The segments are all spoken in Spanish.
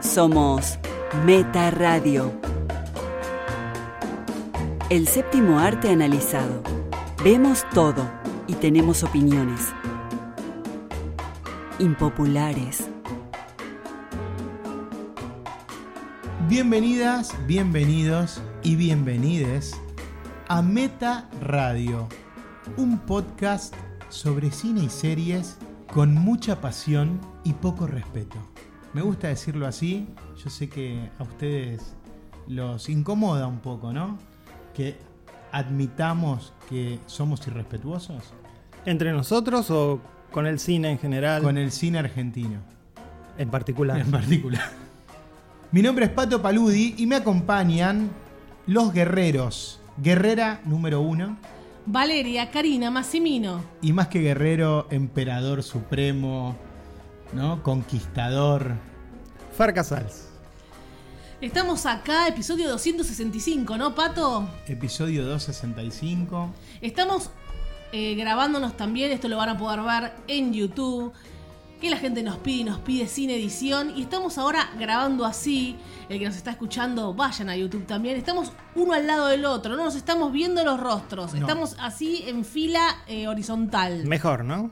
Somos Meta Radio. El séptimo arte analizado. Vemos todo y tenemos opiniones. Impopulares. Bienvenidas, bienvenidos y bienvenides a Meta Radio, un podcast sobre cine y series con mucha pasión y poco respeto. Me gusta decirlo así, yo sé que a ustedes los incomoda un poco, ¿no? Que admitamos que somos irrespetuosos ¿Entre nosotros o con el cine en general? con el cine argentino. En particular. En particular. Mi nombre es Pato Paludi y me acompañan los guerreros. Guerrera número uno. Valeria, Karina, Massimino. Y más que guerrero, emperador supremo, ¿no? Conquistador. Far Casals. Estamos acá, episodio 265, ¿no, Pato? Episodio 265. Estamos eh, grabándonos también, esto lo van a poder ver en YouTube. Que la gente nos pide, y nos pide sin edición. Y estamos ahora grabando así. El que nos está escuchando, vayan a YouTube también. Estamos uno al lado del otro, no nos estamos viendo los rostros. No. Estamos así en fila eh, horizontal. Mejor, ¿no?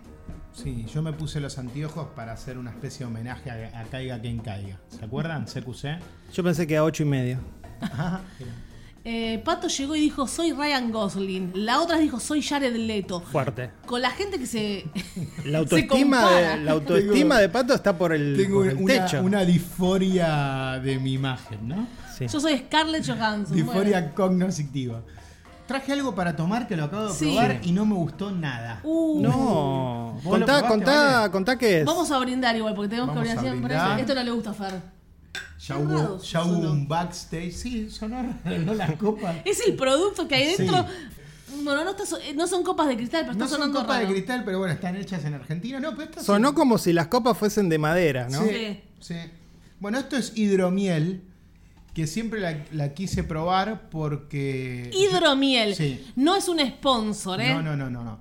Sí, yo me puse los anteojos para hacer una especie de homenaje a, a Caiga quien caiga. ¿Se acuerdan? CQC. Yo pensé que a ocho y media. Ajá. Eh, Pato llegó y dijo, soy Ryan Gosling. La otra dijo, soy Jared Leto. Fuerte. Con la gente que se... La autoestima, compara. de, la autoestima de Pato está por el, Tengo por el una, techo. una disforia de mi imagen, ¿no? Sí. Yo soy Scarlett Johansson. Disforia bueno. cognoscitiva. Traje algo para tomar que lo acabo de Sí. probar y no me gustó nada. Uh, No. ¿Vos lo Contá, probaste, contá, Vale? contá qué es. Vamos a brindar igual, porque tenemos Vamos que a brindar siempre. brindar. Esto no le gusta a Fer. Ya Qué hubo, raro, ya sonó. hubo un backstage. Sí, sonaron las copas. Es el producto que hay Sí. dentro. Bueno, no, está so- eh, no son copas de cristal, pero No está son sonando copas de raro. cristal, pero bueno, están hechas en Argentina. No, pero estas Sonó son- como si las copas fuesen de madera, ¿no? Sí, Sí. sí. Bueno, esto es hidromiel, que siempre la, la quise probar porque... Hidromiel. Sí. No es un sponsor, ¿eh? No, no, no, no, no.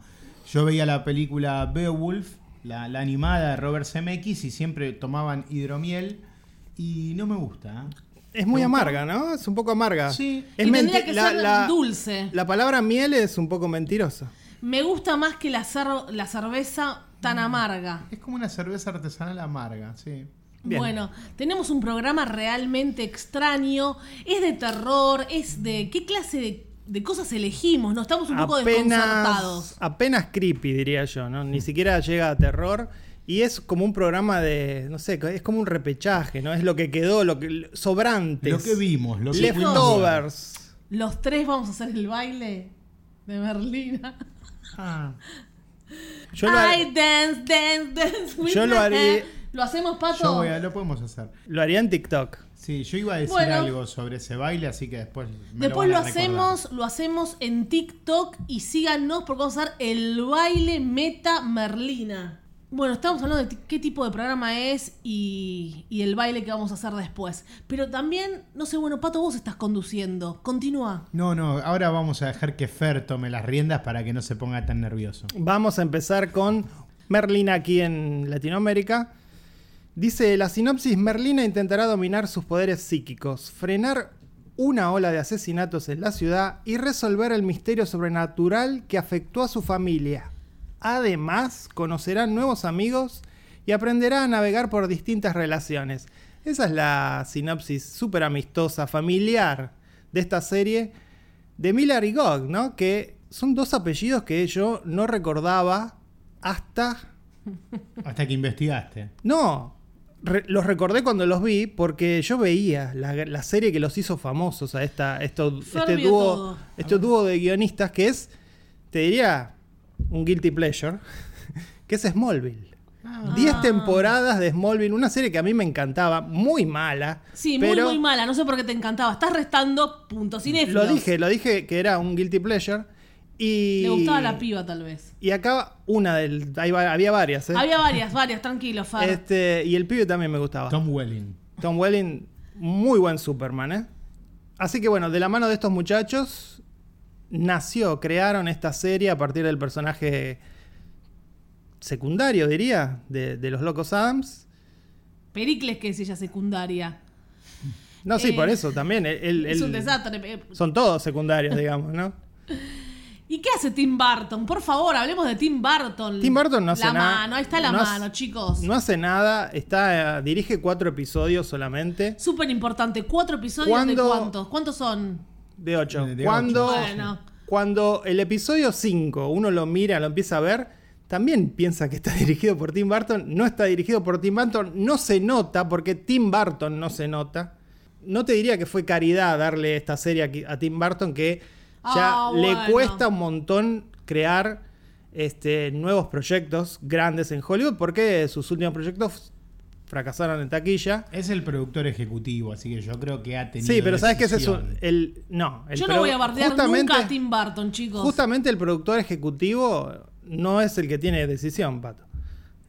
Yo veía la película Beowulf, la, la animada de Robert Zemeckis, y siempre tomaban hidromiel. Y no me gusta. ¿eh? Es muy amarga, ¿no? Es un poco amarga. Sí. Es Y menti- tendría que ser dulce. La palabra miel es un poco mentirosa. Me gusta más que la, cer- la cerveza tan Mm. amarga. Es como una cerveza artesanal amarga, sí. Bien. Bueno, tenemos un programa realmente extraño. Es de terror, es de. ¿Qué clase de, de cosas elegimos? No estamos un poco desconcertados. apenas, apenas creepy, diría yo, ¿no? Ni siquiera llega a terror. Y es como un programa de, no sé, es como un repechaje, ¿no? Es lo que quedó, lo que sobrantes. Lo que vimos, lo que fuimos a ver. Leftovers. Los tres vamos a hacer el baile de Merlina. Ah, Yo lo, har- I dance, dance, dance with Yo lo my haré- hair. ¿Lo hacemos, Pato? yo voy a- lo podemos hacer. lo haría en TikTok. Sí, yo iba a decir Bueno. algo sobre ese baile, así que después. me Después van lo, a recordar. hacemos, lo hacemos en TikTok y síganos porque vamos a hacer el baile meta Merlina. Bueno, estamos hablando de ti- qué tipo de programa es y, y el baile que vamos a hacer después. Pero también, no sé, bueno, Pato, vos estás conduciendo. Continúa. No, no, ahora vamos a dejar que Fer tome las riendas para que no se ponga tan nervioso. Vamos a empezar con Merlina aquí en Latinoamérica. Dice la sinopsis, Merlina intentará dominar sus poderes psíquicos, frenar una ola de asesinatos en la ciudad y resolver el misterio sobrenatural que afectó a su familia. Además, conocerá nuevos amigos y aprenderá a navegar por distintas relaciones. Esa es la sinopsis súper amistosa, familiar de esta serie de Miller y Gog, ¿no? Que son dos apellidos que yo no recordaba hasta Hasta que investigaste. no, re- los recordé cuando los vi porque yo veía la, la serie que los hizo famosos a esta, esto, Fer este, vio dúo, todo. este dúo de guionistas que es, te diría, un guilty pleasure, que es Smallville. Ah. 10 temporadas de Smallville, una serie que a mí me encantaba, muy mala. Sí, pero muy, muy mala. No sé por qué te encantaba. Estás restando puntos Lo cinéfilos. dije, lo dije que era un guilty pleasure. Y, Le gustaba la piba, tal vez. Y acá una del. ahí va- había varias, ¿eh? Había varias, varias. Tranquilo, Fer. Este, y el pibe también me gustaba. Tom Welling. Tom Welling, muy buen Superman, ¿eh? Así que bueno, de la mano de estos muchachos nació, crearon esta serie a partir del personaje secundario, diría, de, de los Locos Adams. Pericles, que es ella secundaria. No, sí, Eh, por eso también. el- el- Es un el- desastre. eh. Son todos secundarios, digamos, ¿no? ¿Y qué hace Tim Burton? Por favor, hablemos de Tim Burton. Tim Burton no hace La nada. mano, ahí está la No hace- mano, chicos. No hace nada, está eh, dirige cuatro episodios solamente Súper importante. Cuatro episodios de ¿Cuándo- cuántos. ¿Cuántos son? de ocho. De ocho, cuando, sí, Bueno. cuando el episodio 5 uno lo mira, lo empieza a ver, también piensa que está dirigido por Tim Burton, no está dirigido por Tim Burton, no se nota porque Tim Burton no se nota. No te diría que fue caridad darle esta serie aquí- a Tim Burton que ya Ah, bueno. le cuesta un montón crear este, nuevos proyectos grandes en Hollywood porque sus últimos proyectos fracasaron en taquilla. Es el productor ejecutivo, así que yo creo que ha tenido. Sí, pero ¿sabes qué es eso? decisión. El, no, el Yo no pro- voy a bardear justamente- nunca a Tim Burton, chicos. Justamente el productor ejecutivo no es el que tiene decisión, Pato.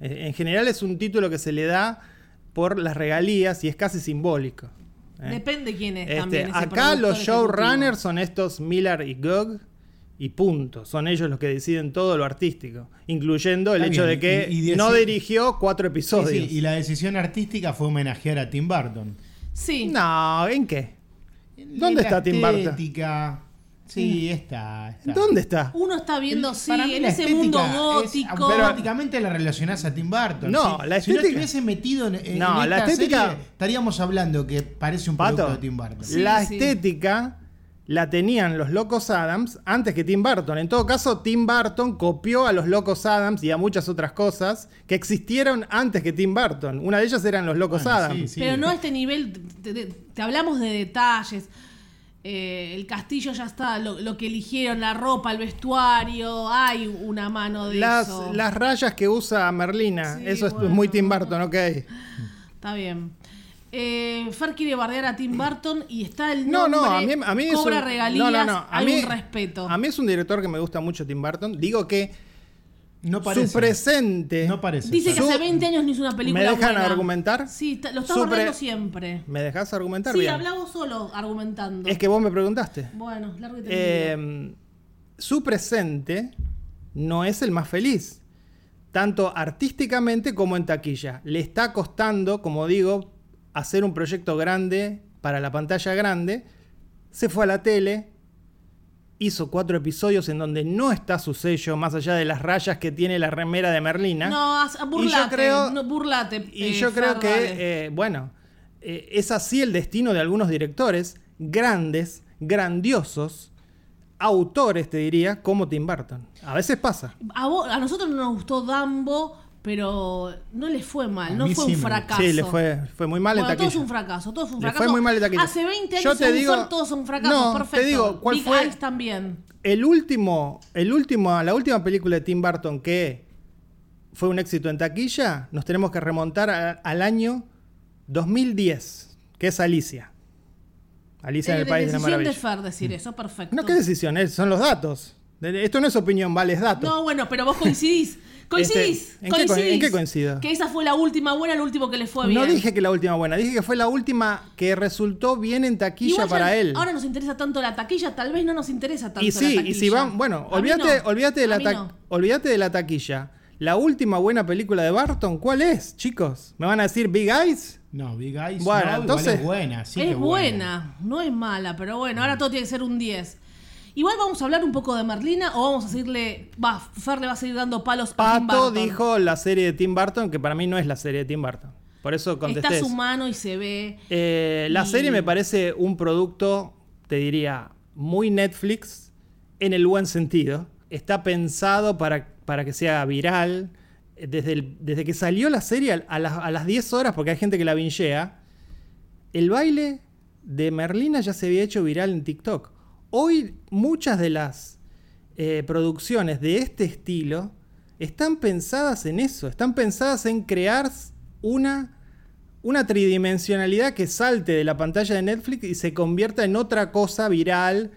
Eh, En general es un título que se le da por las regalías y es casi simbólico. ¿eh? Depende quién es Este, también. ese acá los productor showrunners son estos Miller y Gog y punto. Son ellos los que deciden todo lo artístico, incluyendo el Está hecho bien, de que y- y decir- no dirigió cuatro Sí, episodios. sí, y la decisión artística fue homenajear a Tim Burton. ejecutivo. Sí. No, ¿en qué? ¿Dónde La está Tim Burton? estética, Sí, está. está. ¿Dónde está? Uno está viendo, El- sí, para mí en la ese estética mundo es- gótico. automáticamente la relacionás a Tim Burton. No, Si- la Si no estética- estuviese metido en, en No, esta la estética- serie, estaríamos hablando que parece un producto Pato, de Tim Burton. Sí, la sí. estética la tenían los locos Adams antes que Tim Burton. En todo caso, Tim Burton copió a los locos Adams y a muchas otras cosas que existieron antes que Tim Burton. Una de ellas eran los locos Bueno, Adams. sí, sí. Pero no a este nivel, te, te- te hablamos de detalles. Eh, el castillo ya está, lo, lo que eligieron, la ropa, el vestuario, hay una mano de Las, eso. las rayas que usa Merlina, Sí, eso es bueno. muy Tim Burton, ok. Está bien. Eh, Fer quiere bardear a Tim Burton y está el No, nombre. no, a mí, a mí es cobra un- regalías, no, no, no, a hay mí- un respeto. A mí es un director que me gusta mucho Tim Burton. Digo que No su presente... No parece. Dice que Yo- hace 20 años no hizo una película ¿Me dejan buena. argumentar? Sí, está- lo estás Sobre- bardeando siempre. ¿Me dejas argumentar? Sí, Bien. habla vos solo argumentando. Es que vos me preguntaste. Bueno, largo y tendido. Eh, su presente no es el más feliz, tanto artísticamente como en taquilla. Le está costando, como digo, hacer un proyecto grande para la pantalla grande. Se fue a la tele, hizo cuatro episodios en donde no está su sello, más allá de las rayas que tiene la remera de Merlina. No, haz- burlate. creo- no, burlate. Y eh, yo creo Fer, dale. que, eh, bueno, eh, es así el destino de algunos directores grandes, grandiosos, autores, te diría, como Tim Burton. A veces pasa. A, vos- a nosotros no nos gustó Dumbo, pero no les fue mal, A no mí fue sí un me gustó. fracaso. Sí, le fue, fue muy mal Bueno, en todo es taquilla. un fracaso, todo es un Le fue fracaso. muy mal en taquilla. Hace 20 Yo años te un digo- Fer, todos son fracasos, No, te perfecto. digo, ¿cuál Dick fue- Ives también. El último, el último, la última película de Tim Burton que fue un éxito en taquilla, nos tenemos que remontar a- al año 2010, que es Alicia. Alicia en Eh, el País de la decisión Maravilla. de Fer decir eso, perfecto. No, qué decisión, es? son los datos. De- Esto no es opinión, vale, es datos. No, bueno, pero vos coincidís. Coincidís. Este, ¿en qué co- coincidís. en qué coincido? Que esa fue la última buena, el último que le fue bien. No dije que la última buena, dije que fue la última que resultó bien en taquilla Igual ya para él. Ahora nos interesa tanto la taquilla, tal vez no nos interesa tanto y sí, la y taquilla. si van, bueno, A mí olvídate, no. olvídate de A la mí ta- no. olvídate de la taquilla. La última buena película de Barton, ¿cuál es, chicos? ¿Me van a decir Big Eyes? No, Big Eyes. Bueno, no, igual entonces- es buena. sí que es buena, no es mala, pero bueno, ahora todo tiene que ser un 10. Igual vamos a hablar un poco de Merlina o vamos a seguirle. Va, Fer le va a seguir dando palos a Tim Pato Burton. dijo la serie de Tim Burton, que para mí no es la serie de Tim Burton. Por eso contesté. Está eso. su mano y se ve. Eh, la Y- serie me parece un producto, te diría, muy Netflix, en el buen sentido. Está pensado para, para que sea viral. Eh, Desde, el- desde que salió la serie al- a, las, a las 10 horas, porque hay gente que la vinchea, el baile de Merlina ya se había hecho viral en TikTok. Hoy muchas de las eh, producciones de este estilo están pensadas en eso, están pensadas en crear una, una tridimensionalidad que salte de la pantalla de Netflix y se convierta en otra cosa viral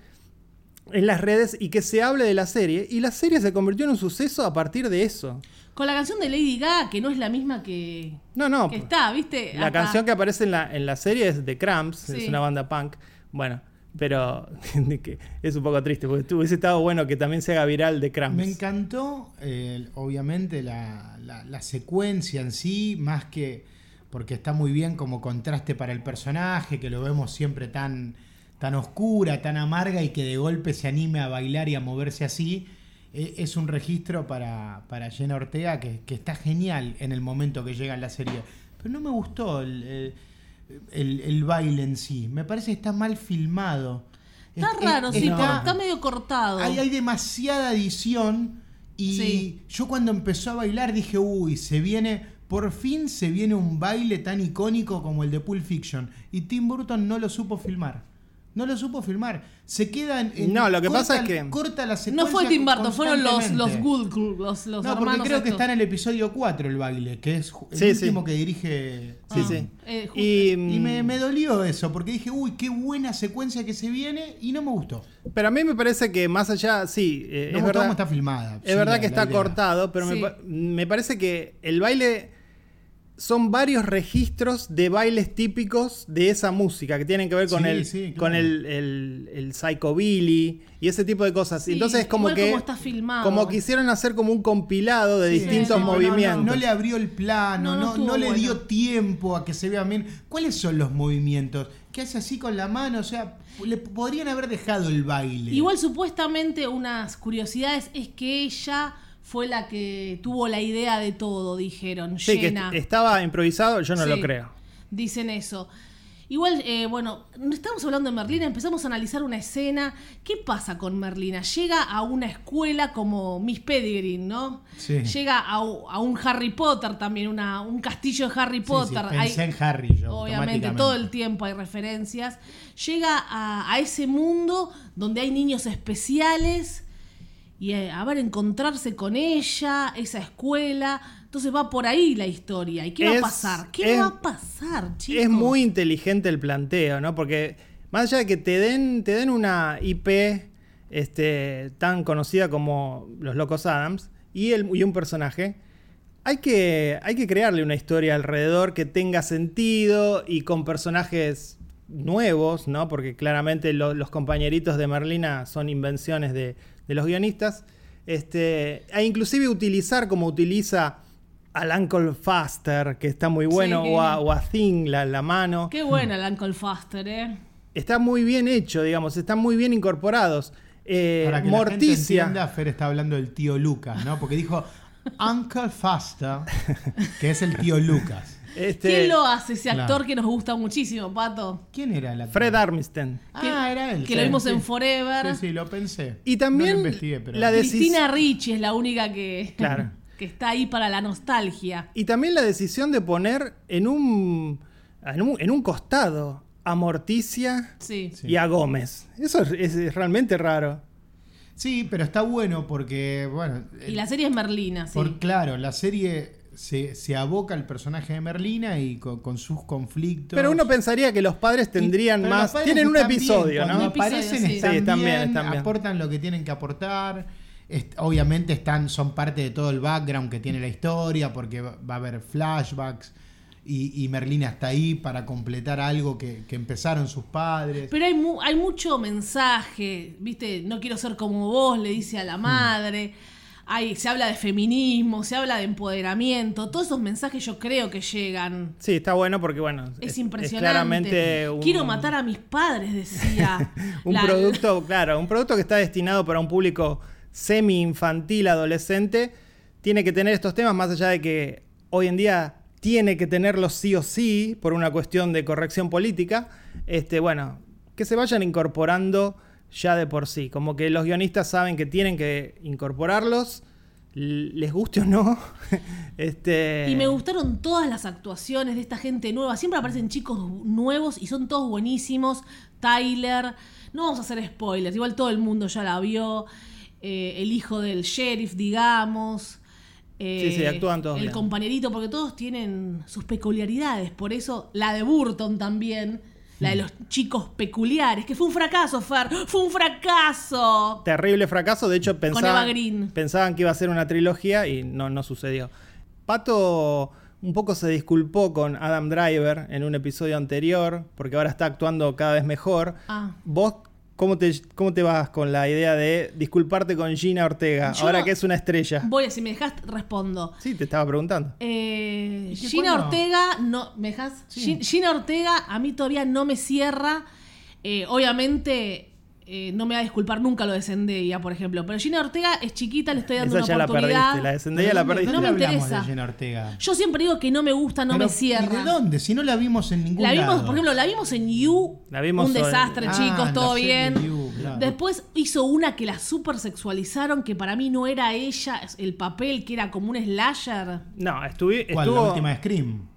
en las redes y que se hable de la serie. Y la serie se convirtió en un suceso a partir de eso. Con la canción de Lady Gaga, que no es la misma que, No, no. pues, que está, ¿viste? La Hasta- canción que aparece en la, en la serie es The Cramps, Sí. es una banda punk. Bueno, pero que es un poco triste, porque tú- hubiese estado bueno que también se haga viral The Cramps. Me encantó, eh, obviamente, la, la- la secuencia en sí, más que. porque está muy bien como contraste para el personaje, que lo vemos siempre tan, tan oscura, tan amarga y que de golpe se anime a bailar y a moverse así. Eh, es un registro para, para Jenna Ortega que, que está genial en el momento que llega en la serie. Pero no me gustó el, el- el- el baile en sí, me parece que está mal filmado. Está Es- es- raro, sí, está- porque está medio cortado. hay, hay demasiada edición y Sí. yo cuando empezó a bailar dije, uy, se viene, por fin se viene un baile tan icónico como el de Pulp Fiction. Y Tim Burton no lo supo filmar. No lo supo filmar. Se queda en... en- No, lo que corta- pasa es que- Corta la secuencia no fue Tim Burton, fueron los, los constantemente. Woodcock, los, los No, porque hermanos. creo que estos. está en el episodio 4 el baile, que es ju- el Sí, sí. último que dirige... Ah, Sí, sí. eh, justo. Y, Y me, mm, me dolió eso, porque dije, uy, qué buena secuencia que se viene y no me gustó. Pero a mí me parece que más allá, sí, eh, No me es, gustó verdad, cómo está filmada. es sí, verdad la- que la está idea. cortado, pero me Sí. pa- me, parece que el baile son varios registros de bailes típicos de esa música que tienen que ver con Sí, el sí, claro. con el, el, el psychobilly y ese tipo de cosas. Sí, Entonces es como igual que como está filmado. como quisieron hacer como un compilado de Sí, distintos no, no, no, movimientos. No le abrió el plano, No, no no, estuvo no le bueno. dio tiempo a que se vea bien. ¿Cuáles son los movimientos? ¿Qué hace así con la mano? O sea, le podrían haber dejado el baile. Igual supuestamente unas curiosidades es que ella fue la que tuvo la idea de todo, dijeron. Sí, que llena. est- estaba improvisado, yo no Sí. lo creo. Dicen eso. Igual, eh, bueno, no estamos hablando de Merlina, empezamos a analizar una escena. ¿Qué pasa con Merlina? Llega a una escuela como Miss Pedigree, ¿no? Sí. Llega a, u- a un Harry Potter también, una, un castillo de Harry Sí, sí, Potter. pensé Hay- en Harry yo. Obviamente, automáticamente. todo el tiempo hay referencias. Llega a, a ese mundo donde hay niños especiales y eh, a ver, encontrarse con ella, esa escuela. Entonces va por ahí la historia. ¿Y qué va a Es- pasar? ¿Qué es- va a pasar, chicos? Es muy inteligente el planteo, ¿no? Porque más allá de que te den, te den una IP este, tan conocida como Los Locos Adams y, el, y un personaje, hay que, hay que crearle una historia alrededor que tenga sentido y con personajes nuevos, ¿no? Porque claramente lo- los compañeritos de Merlina son invenciones de, de los guionistas. Este, e inclusive utilizar como utiliza al Uncle Faster, que está muy bueno, Sí. o, a, o a Thing, la, la mano. Qué buena el Uncle Faster, ¿eh? Está muy bien hecho, digamos, están muy bien incorporados. Eh, Para que la gente Morticia. entienda, Fer está hablando del tío Lucas, ¿no? Porque dijo Uncle Faster, que es el tío Lucas. este, ¿Quién lo hace? Ese actor claro. que nos gusta muchísimo, Pato. ¿Quién era la Fred Armisen. Ah, era él. Que lo sí, vimos en sí. Forever. Sí, sí, lo pensé. Y también No lo investigué, pero- la de- decis- Cristina Ricci es la única que, Claro. que está ahí para la nostalgia. Y también la decisión de poner en un, en un, en un costado a Morticia Sí. Sí. y a Gómez. Eso es, es- es realmente raro. Sí, pero está bueno porque, bueno. Y la serie es Merlina, sí. Por, claro, la serie se, se aboca al personaje de Merlina y co- con, sus conflictos. Pero uno pensaría que los padres tendrían Pero los más. padres Tienen un están bien, episodio, cuando ¿no? episodio, aparecen sí. están, Sí, están bien, bien, están bien. aportan lo que tienen que aportar. Est- obviamente están, son parte de todo el background que tiene la historia porque va va a haber flashbacks. Y, y Merlina está ahí para completar algo que, que empezaron sus padres. Pero hay, mu- hay mucho mensaje, ¿viste? No quiero ser como vos, le dice a la madre. Hay, se habla de feminismo, se habla de empoderamiento. Todos esos mensajes yo creo que llegan. Sí, está bueno porque, bueno. Es, impresionante. claramente un, Quiero matar a mis padres, decía. un La- producto, claro, un producto que está destinado para un público semi-infantil, adolescente. Tiene que tener estos temas, más allá de que hoy en día tiene que tenerlos sí o sí, por una cuestión de corrección política. Este, bueno, que se vayan incorporando ya de por sí. Como que los guionistas saben que tienen que incorporarlos, l- les guste o no. este, Y me gustaron todas las actuaciones de esta gente nueva. Siempre aparecen chicos nuevos y son todos buenísimos. Tyler. No vamos a hacer spoilers. Igual todo el mundo ya la vio. Eh, el hijo del sheriff, digamos. Eh, Sí, sí, actúan todos El bien. compañerito, porque todos tienen sus peculiaridades. Por eso la de Burton también. La Hmm. de los chicos peculiares. Que fue un fracaso, Fer. Fue un fracaso. Terrible fracaso, de hecho Eva Green. pensaban, pensaban que iba a ser una trilogía y no, no sucedió. Pato un poco se disculpó con Adam Driver en un episodio anterior, porque ahora está actuando cada vez mejor. Ah. Vos ¿Cómo te, ¿Cómo te vas con la idea de disculparte con Gina Ortega, Yo- ahora que es una estrella? Voy, si me dejas, respondo. Sí, te estaba preguntando. Eh, ¿Y qué Gina cuándo? Ortega, no, ¿me dejas? Sí. Gi- Gina Ortega a mí todavía no me cierra. Eh, obviamente eh, no me va a disculpar nunca lo de Zendaya, por ejemplo. Pero Gina Ortega es chiquita, le estoy dando Esa una ya la oportunidad. perdiste, la de Zendaya la ¿De dónde- perdiste. No me dónde hablamos interesa. de Jenna Ortega? Yo siempre digo que no me gusta, no Pero, me cierra. ¿y ¿De dónde? Si no la vimos en ningún La vimos, lado. por ejemplo, la vimos en You. La vimos un en- desastre, Ah, chicos, la todo serie bien. You, claro. Después hizo una que la super sexualizaron, que para mí no era ella, es el papel que era como un slasher. No, estuvi- ¿Cuál? La estuvo, última de Scream.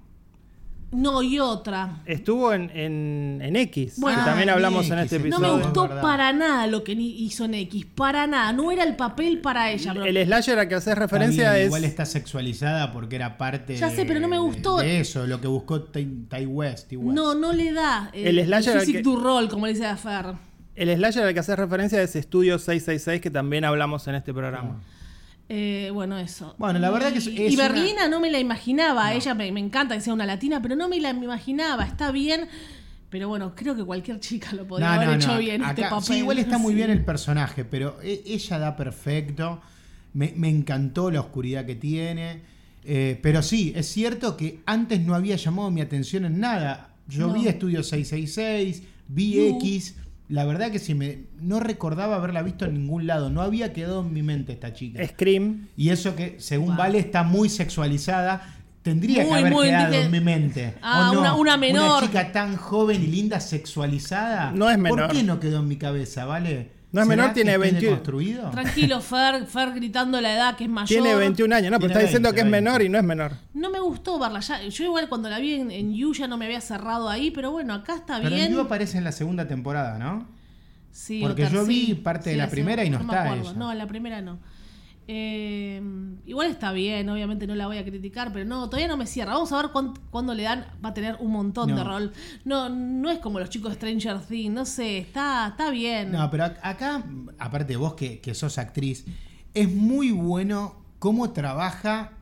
No, y otra. estuvo en, en- en X, Bueno. que también Ah, en hablamos en X, este No episodio. me Episodio. gustó Es verdad. para nada lo que ni- hizo en X, para nada. No era el papel para ella. pero- El slasher a que haces Está referencia bien, es. Igual está sexualizada porque era parte Ya sé, pero no me de- gustó. De, eso, lo que buscó Ty, Ty West. Ty West. no, no le da eh, El slasher al physique que- du rol, como le dice a Fer. El slasher al que haces referencia es Estudio 666, que también hablamos en este programa. Eh, bueno, eso. Bueno, la verdad que es- Y- es y una- Berlina no me la imaginaba. Ella me, me encanta que sea una latina, pero no me la imaginaba. Está bien. Pero bueno, creo que cualquier chica lo podría haber hecho bien este acá- papel. Sí, igual está muy Sí. bien el personaje, pero e- ella da perfecto. Me, me encantó la oscuridad que tiene. Eh, pero sí, es cierto que antes no había llamado mi atención en nada. Yo No. vi Estudio 666, vi No. X. La verdad que sí, me, no recordaba haberla visto en ningún lado. No había quedado en mi mente esta chica. Scream. Y eso que, según Wow. Vale, está muy sexualizada. Tendría Muy, que haber muy, quedado dije- en mi mente. Ah, ¿o no? una- una menor. chica tan joven y linda sexualizada. No es menor. ¿Por qué no quedó en mi cabeza, Vale? No es ¿Será menor, que tiene estoy 21. deconstruido? Tranquilo, Fer, Fer gritando la edad que es mayor. Tiene 21 años. No, pero Tiene está diciendo 20, que es 20. menor y no es menor. No me gustó verla. Ya, yo igual cuando la vi en, en You ya no me había cerrado ahí, pero bueno, acá está Pero bien. en You aparece en la segunda temporada, ¿no? Sí, Porque o ter- yo vi sí. parte de Sí, la hace- primera y no me está acuerdo. ella. No, en la primera no. Eh, igual está bien, obviamente no la voy a criticar, pero no, todavía no me cierra. Vamos a ver cuán- cuándo le dan, va a tener un montón de No. rol. No, no es como los chicos de Stranger Things, no sé, está, está bien. No, pero ac- acá, aparte de vos que, que sos actriz, es muy bueno cómo trabaja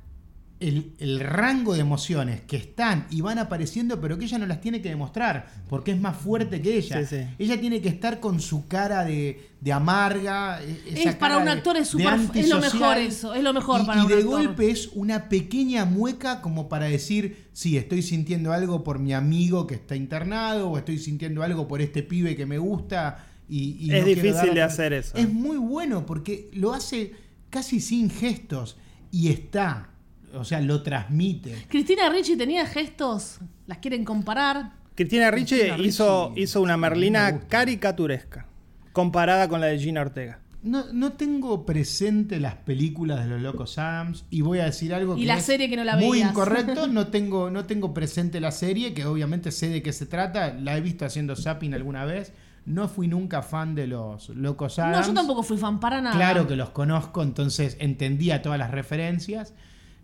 el, el rango de emociones que están y van apareciendo, pero que ella no las tiene que demostrar, porque es más fuerte que ella. Sí, sí. Ella tiene que estar con su cara de, de amarga. e- esa es para cara un de- actor es de súper es lo mejor antisocial. eso, es lo mejor Y- para y un de actor. golpe es una pequeña mueca como para decir, sí, estoy sintiendo algo por mi amigo que está internado, o estoy sintiendo algo por este pibe que me gusta. Y, y Es quiero difícil darle- de hacer eso. Es muy bueno porque lo hace casi sin gestos y está, o sea, lo transmite. Cristina Ricci tenía gestos, las quieren comparar. Cristina Cristina Ricci Ricci, hizo, hizo una a mí me Merlina gusta. caricaturesca, comparada con la de Gina Ortega. No, no tengo presente las películas de los Locos Adams y voy a decir algo Y que la es serie que no la muy veías. incorrecto. No tengo, no tengo presente la serie, que obviamente sé de qué se trata. La he visto haciendo zapping alguna vez. No fui nunca fan de los Locos Adams. No, yo tampoco fui fan para nada. Claro que los conozco, entonces entendía todas las referencias.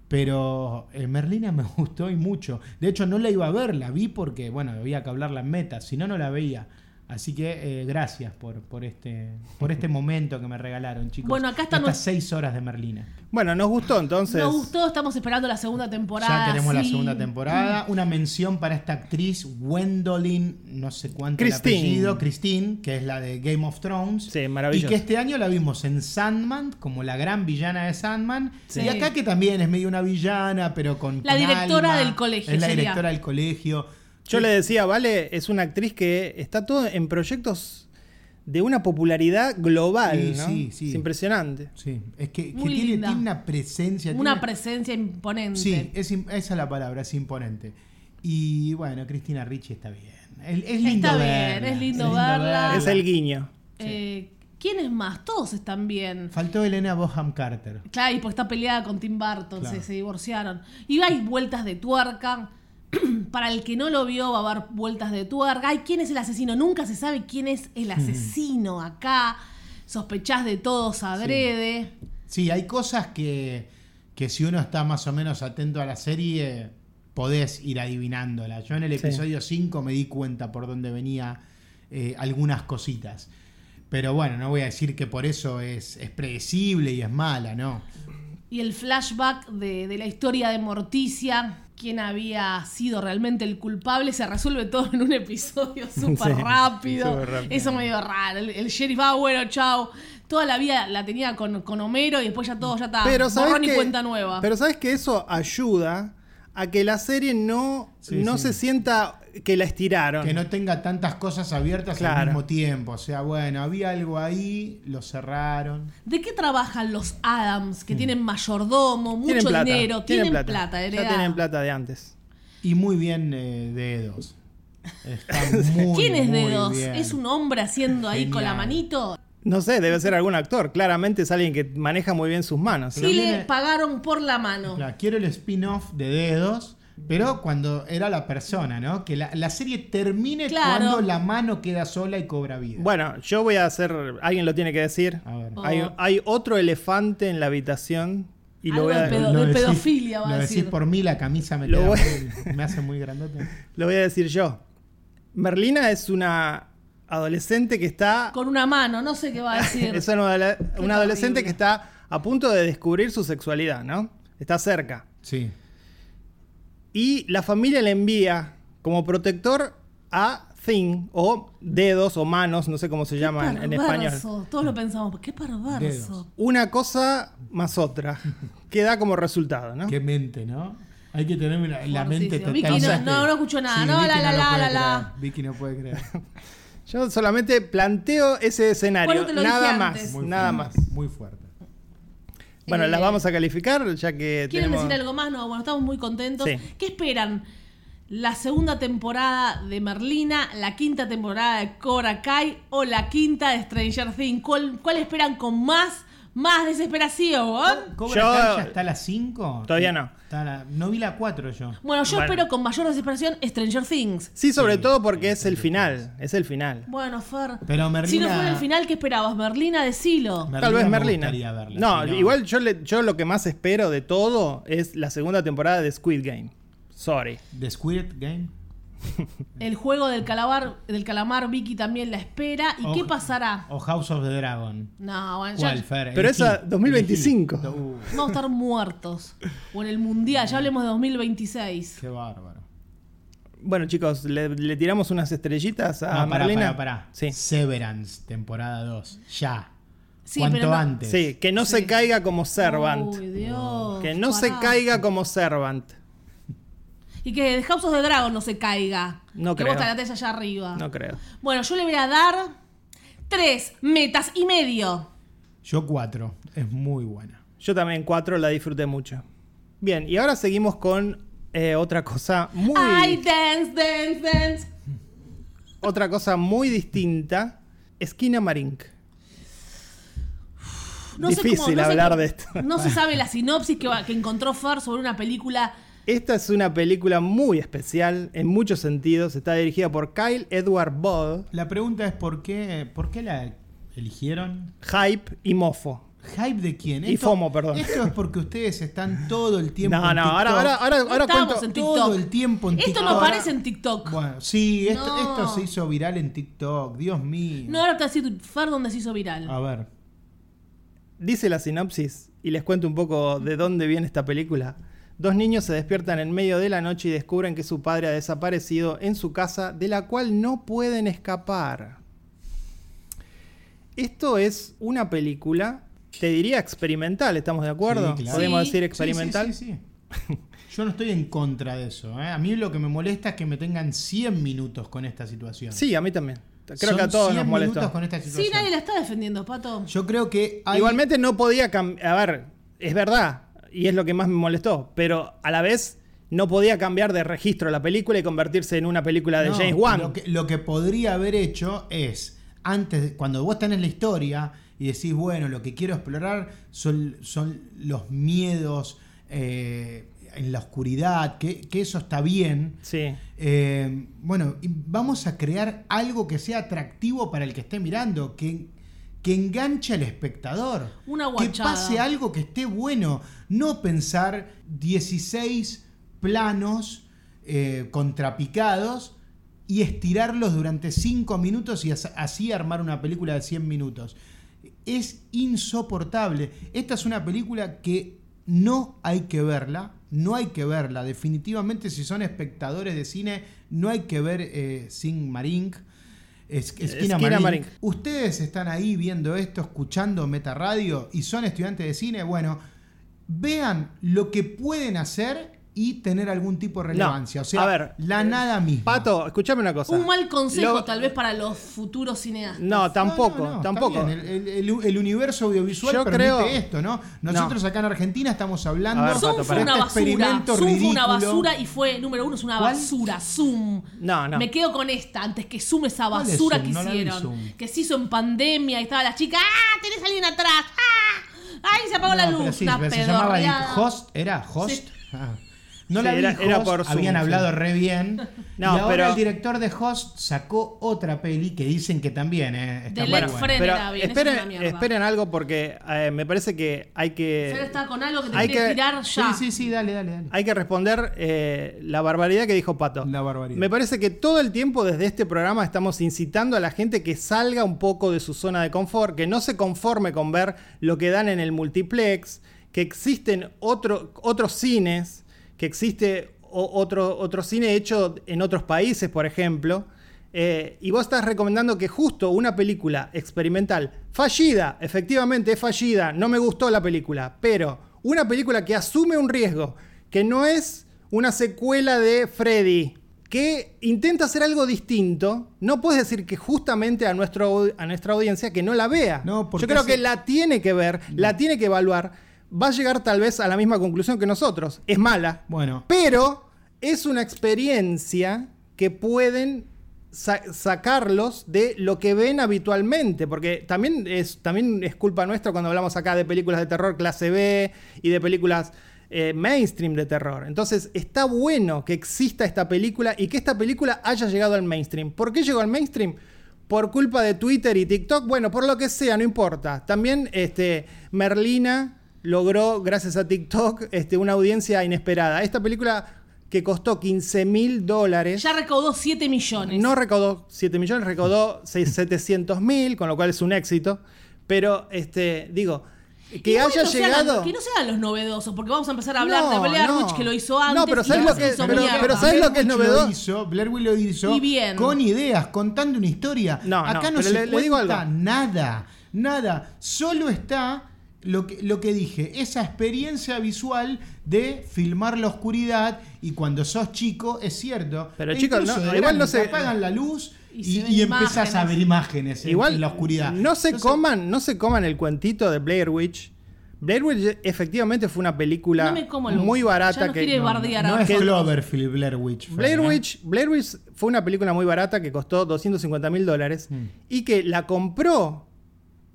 Pero eh, Merlina me gustó y mucho. De hecho, no la iba a ver, la vi porque, bueno, había que hablarla en meta, si no, no la veía. Así que eh, gracias por, por, este, por este momento que me regalaron, chicos. Bueno, acá está Estas nues- seis horas de Merlina. Bueno, nos gustó entonces. Nos gustó, estamos esperando la segunda temporada. Ya tenemos la sí. segunda temporada. Una mención para esta actriz, Gwendolyn, no sé cuánto el Christine. apellido, Christine, que es la de Game of Thrones. Sí, maravilloso. Y que este año la vimos en Sandman, como la gran villana de Sandman. Sí. Y acá que también es medio una villana, pero con. La con directora alma. del colegio Es la sería. directora del colegio. Yo le decía, Vale, es una actriz que está todo en proyectos de una popularidad global, Sí, ¿no? sí, sí. Es impresionante. Sí, es que, que Muy tiene, linda. tiene una presencia. Una tiene- presencia imponente. Sí, es im- esa es la palabra, es imponente. Y bueno, Cristina Ricci está bien. Es, es lindo Está bien, verla, es lindo verla. Es el guiño. Eh, ¿Quiénes más? Todos están bien. Faltó Elena Boham Carter. Claro, y porque está peleada con Tim Burton, Claro. se, se divorciaron. Y hay vueltas de tuerca. Para el que no lo vio, va a haber vueltas de tuerca. Ay, ¿quién es el asesino? Nunca se sabe quién es el Hmm. asesino acá. Sospechás de todos adrede. Sí, hay cosas que, que si uno está más o menos atento a la serie, podés ir adivinándola. Yo en el Sí. episodio 5 me di cuenta por dónde venía eh, algunas cositas. Pero bueno, no voy a decir que por eso es, es predecible y es mala, ¿no? Y el flashback de, de la historia de Morticia. quién había sido realmente el culpable, se resuelve todo en un episodio súper Sí, rápido. súper rápido. Eso medio raro. El, el sheriff, ah, bueno, chao. Toda la vida la tenía con, con Homero y después ya todo ya está. Pero sabes Ah, borrón y que, cuenta nueva. Pero sabes que eso ayuda a que la serie no, Sí, no sí. se sienta que la estiraron. Que no tenga tantas cosas abiertas al Claro. mismo tiempo. O sea, bueno, había algo ahí, lo cerraron. ¿De qué trabajan los Adams que tienen mayordomo, mucho dinero, tienen, plata, ya heredada? tienen plata de antes. Y muy bien eh, dedos. Está muy, ¿Quién es muy dedos? bien. ¿Es un hombre haciendo ahí con la Genial. manito? No sé, debe ser algún actor. Claramente es alguien que maneja muy bien sus manos. Sí, Pero le viene- pagaron por la mano. Claro, quiero el spin-off de dedos, pero cuando era la persona, ¿no? Que la, la serie termine Claro. cuando la mano queda sola y cobra vida. Bueno, yo voy a hacer. Alguien lo tiene que decir. A ver. Oh. Hay, hay otro elefante en la habitación y lo Algo voy, a, de pedo- de decís- pedofilia, va a lo decís decir. por mí, la camisa me, Lo queda voy- muy- me hace muy grandote. lo voy a decir yo. Merlina es una adolescente que está. Con una mano, no sé qué va a decir. es una, adole- una adolescente terrible. que está a punto de descubrir su sexualidad, ¿no? Está cerca. Sí. Y la familia le envía como protector a Thing o dedos o manos, no sé cómo se Qué llama en- en español. perverso. Todos lo pensamos, qué perverso. Dedos. Una cosa más otra que da como resultado, ¿no? Qué mente, ¿no? Hay que tener la, la Fortísimo. mente total. Vicky no- no- no escuchó nada. No, Vicky la, la, lo la, puede la, creer. la. Vicky no puede creer. Yo solamente planteo ese escenario, Bueno, te lo nada dije más, antes. Muy nada más. fuerte, Muy fuerte. Bueno, Eh, las vamos a calificar ya que ¿Quieren tenemos... decir algo más? No, bueno, estamos muy contentos. Sí. ¿Qué esperan? ¿La segunda temporada de Merlina, la quinta temporada de Cobra Kai o la quinta de Stranger Things? ¿Cuál, cuál esperan con más, más desesperación? ¿Cobra Yo- Kai ya está a las 5? Todavía no. no vi la 4 yo. Bueno, yo Bueno. espero con mayor desesperación Stranger Things. Sí, sobre todo porque es el final, es el final. Bueno, Fer. Pero Merlina- Si no fuera el final, ¿qué esperabas? Merlina, decilo. Tal vez me Merlina. gustaría verla, no, si igual yo, le- yo lo que más espero de todo es la segunda temporada de Squid Game. Sorry. The Squid Game. El juego del calamar, del calamar Vicky también la espera. ¿Y O- qué pasará? O House of the Dragon. No, bueno, ya- ¿Cuál, Fer? Pero esa Elegí, 2025. elegí. Uh, vamos a estar muertos. O en el mundial, ya hablemos de 2026. qué bárbaro. Bueno, chicos, le, le tiramos unas estrellitas a no, pará, Ah, Marlena. pará, pará. Sí. Severance, temporada 2. Ya. Sí, Cuanto pero no- antes. Sí, que no se Sí. caiga como Servant. Uy, Dios, que no se pará. caiga como Servant. Y que de House of the Dragon no se caiga. No que creo. vos te la tenés allá arriba. No creo. Bueno, yo le voy a dar tres metas y medio. Yo 4. Es muy buena. Yo también cuatro la disfruté mucho. Bien, y ahora seguimos con eh, otra cosa muy Ay, dance, dance, dance. otra cosa muy distinta. Esquina Marink. Difícil hablar de esto. No se sabe la sinopsis que, va- que encontró Fer sobre una película. Esta es una película muy especial en muchos sentidos. Está dirigida por Kyle Edward Ball, La pregunta es: ¿por qué, por qué la eligieron? Hype y Mofo. ¿Hype de quién? Y FOMO, perdón. Esto es porque ustedes están todo el tiempo. No, en no, TikTok. ahora, ahora, ahora, No ahora estábamos cuento. en TikTok. Todo el tiempo en Esto TikTok. no aparece en TikTok. Bueno, sí, esto, No. esto se hizo viral en TikTok. Dios mío. No, ahora te voy a decir Fer donde se hizo viral. A ver. Dice la sinopsis y les cuento un poco de dónde viene esta película. Dos niños se despiertan en medio de la noche y descubren que su padre ha desaparecido en su casa de la cual no pueden escapar. Esto es una película, te diría experimental, ¿estamos de acuerdo? Sí, claro. Podemos Sí. decir Sí, experimental. Sí, sí, sí, sí. Yo no estoy en contra de eso. ¿eh? A mí lo que me molesta es que me tengan 100 minutos con esta situación. Sí, a mí también. Creo Son que a todos nos 100 minutos molestó. con esta Sí, situación. nadie la está defendiendo, Pato. Yo creo que hay- Igualmente no podía cambiar. A ver, es verdad, y es lo que más me molestó, pero a la vez no podía cambiar de registro la película y convertirse en una película de No, James Wan. Lo que, lo que podría haber hecho es, antes, de- cuando vos tenés la historia y decís, bueno, lo que quiero explorar son, son los miedos eh, en la oscuridad, que, que eso está bien. Sí. Eh, bueno, y vamos a crear algo que sea atractivo para el que esté mirando, que, que enganche al espectador. Una que guachada. pase algo que esté bueno. No pensar 16 planos eh, contrapicados y estirarlos durante 5 minutos y as- así armar una película de 100 minutos. Es insoportable. Esta es una película que no hay que verla. no hay que verla. Definitivamente, si son espectadores de cine, no hay que ver eh, Sin Marink. Es, esquina, Eh, Esquina Marink. Marink. Ustedes están ahí viendo esto, escuchando Meta Radio y son estudiantes de cine. Bueno, vean lo que pueden hacer y tener algún tipo de No, relevancia. o sea, a ver, eh, la nada misma. Pato, escúchame una cosa. Un mal consejo Lo- tal vez para los futuros cineastas. No, tampoco, No, no, no, está tampoco. bien. El, el- el- el universo audiovisual Yo permite creo- esto, ¿no? Nosotros acá en Argentina estamos hablando A ver, Zoom Pato, fue pará. una Este basura. experimento Zoom fue una ridículo. basura y fue número uno, es una ¿Cuál? basura. Zoom. No, no. Me quedo con esta, antes que Zoom esa ¿Cuál es basura Zoom? que No la vi, hicieron. Zoom. que se hizo en pandemia y estaba la chica. ¡Ah! ¡Tenés a alguien atrás! ¡Ah! ¡Ay! Se apagó No, la pero luz. sí, una pero se llamaba el pedorreada. Host, ¿era Host? Sí. Ah. No Sí, la vi, era- era Host, por Zoom, habían sí. hablado re bien. No, y ahora pero- el director de Host sacó otra peli que dicen que también eh, está The muy Led buena. Fred. Pero era bien, eso es una esperen, mierda. esperen algo porque eh, me parece que hay Sara que, estaba con algo que te Hay quiere que- tirar Sí, ya. sí, sí, dale, dale, dale. hay que responder eh, la barbaridad que dijo Pato. La barbaridad. Me parece que todo el tiempo desde este programa estamos incitando a la gente que salga un poco de su zona de confort, que no se conforme con ver lo que dan en el multiplex, que existen otro- otros cines, que existe o- otro, otro cine hecho en otros países, por ejemplo. eh, y vos estás recomendando que justo una película experimental, fallida, efectivamente es fallida, no me gustó la película, pero una película que asume un riesgo, que no es una secuela de Freddy, que intenta hacer algo distinto, no puedes decir que justamente a, nuestro, au- a nuestra audiencia que no la vea. No, porque Yo creo hace- que la tiene que ver, la tiene que evaluar, va a llegar tal vez a la misma conclusión que nosotros. Es mala, Bueno, pero es una experiencia que pueden sa- sacarlos de lo que ven habitualmente, porque también es, también es culpa nuestra cuando hablamos acá de películas de terror clase B y de películas eh, mainstream de terror. Entonces está bueno que exista esta película y que esta película haya llegado al mainstream. ¿Por qué llegó al mainstream? Por culpa de Twitter y TikTok, bueno, por lo que sea, no importa. También este, Merlina logró, gracias a TikTok, este, una audiencia inesperada. Esta película que costó 15 mil dólares. Ya recaudó 7 millones. No recaudó 7 millones, recaudó 700 mil, con lo cual es un éxito. Pero, este, digo, que Igual haya no sean- llegado... que no sean los novedosos, porque vamos a empezar a hablar de No, Blair no. Witch que lo hizo antes. No, pero y ¿sabes que lo que- se hizo pero- mierda. pero ¿sabes lo que es Blair Witch novedoso? hizo, Blair Witch lo hizo Y bien. con ideas, contando una historia. No, no, Acá no, pero se le- le digo cuenta algo. nada, nada. Solo está lo que, lo que dije, esa experiencia visual de filmar la oscuridad y cuando sos chico, es cierto. Pero, e chicos, incluso no, de igual no grande, te se- apagan la luz Y y, se ven y empezás a imágenes. ver imágenes en- Igual, en la oscuridad. No se, Entonces, coman, no se coman el cuentito de Blair Witch. Blair Witch efectivamente fue una película No me como el- muy barata ya nos que quiere bardear No a- es que- Cloverfield, Blair Witch. Fran, Blair ¿eh? Witch, Blair Witch fue una película muy barata que costó 250 mil dólares y que la compró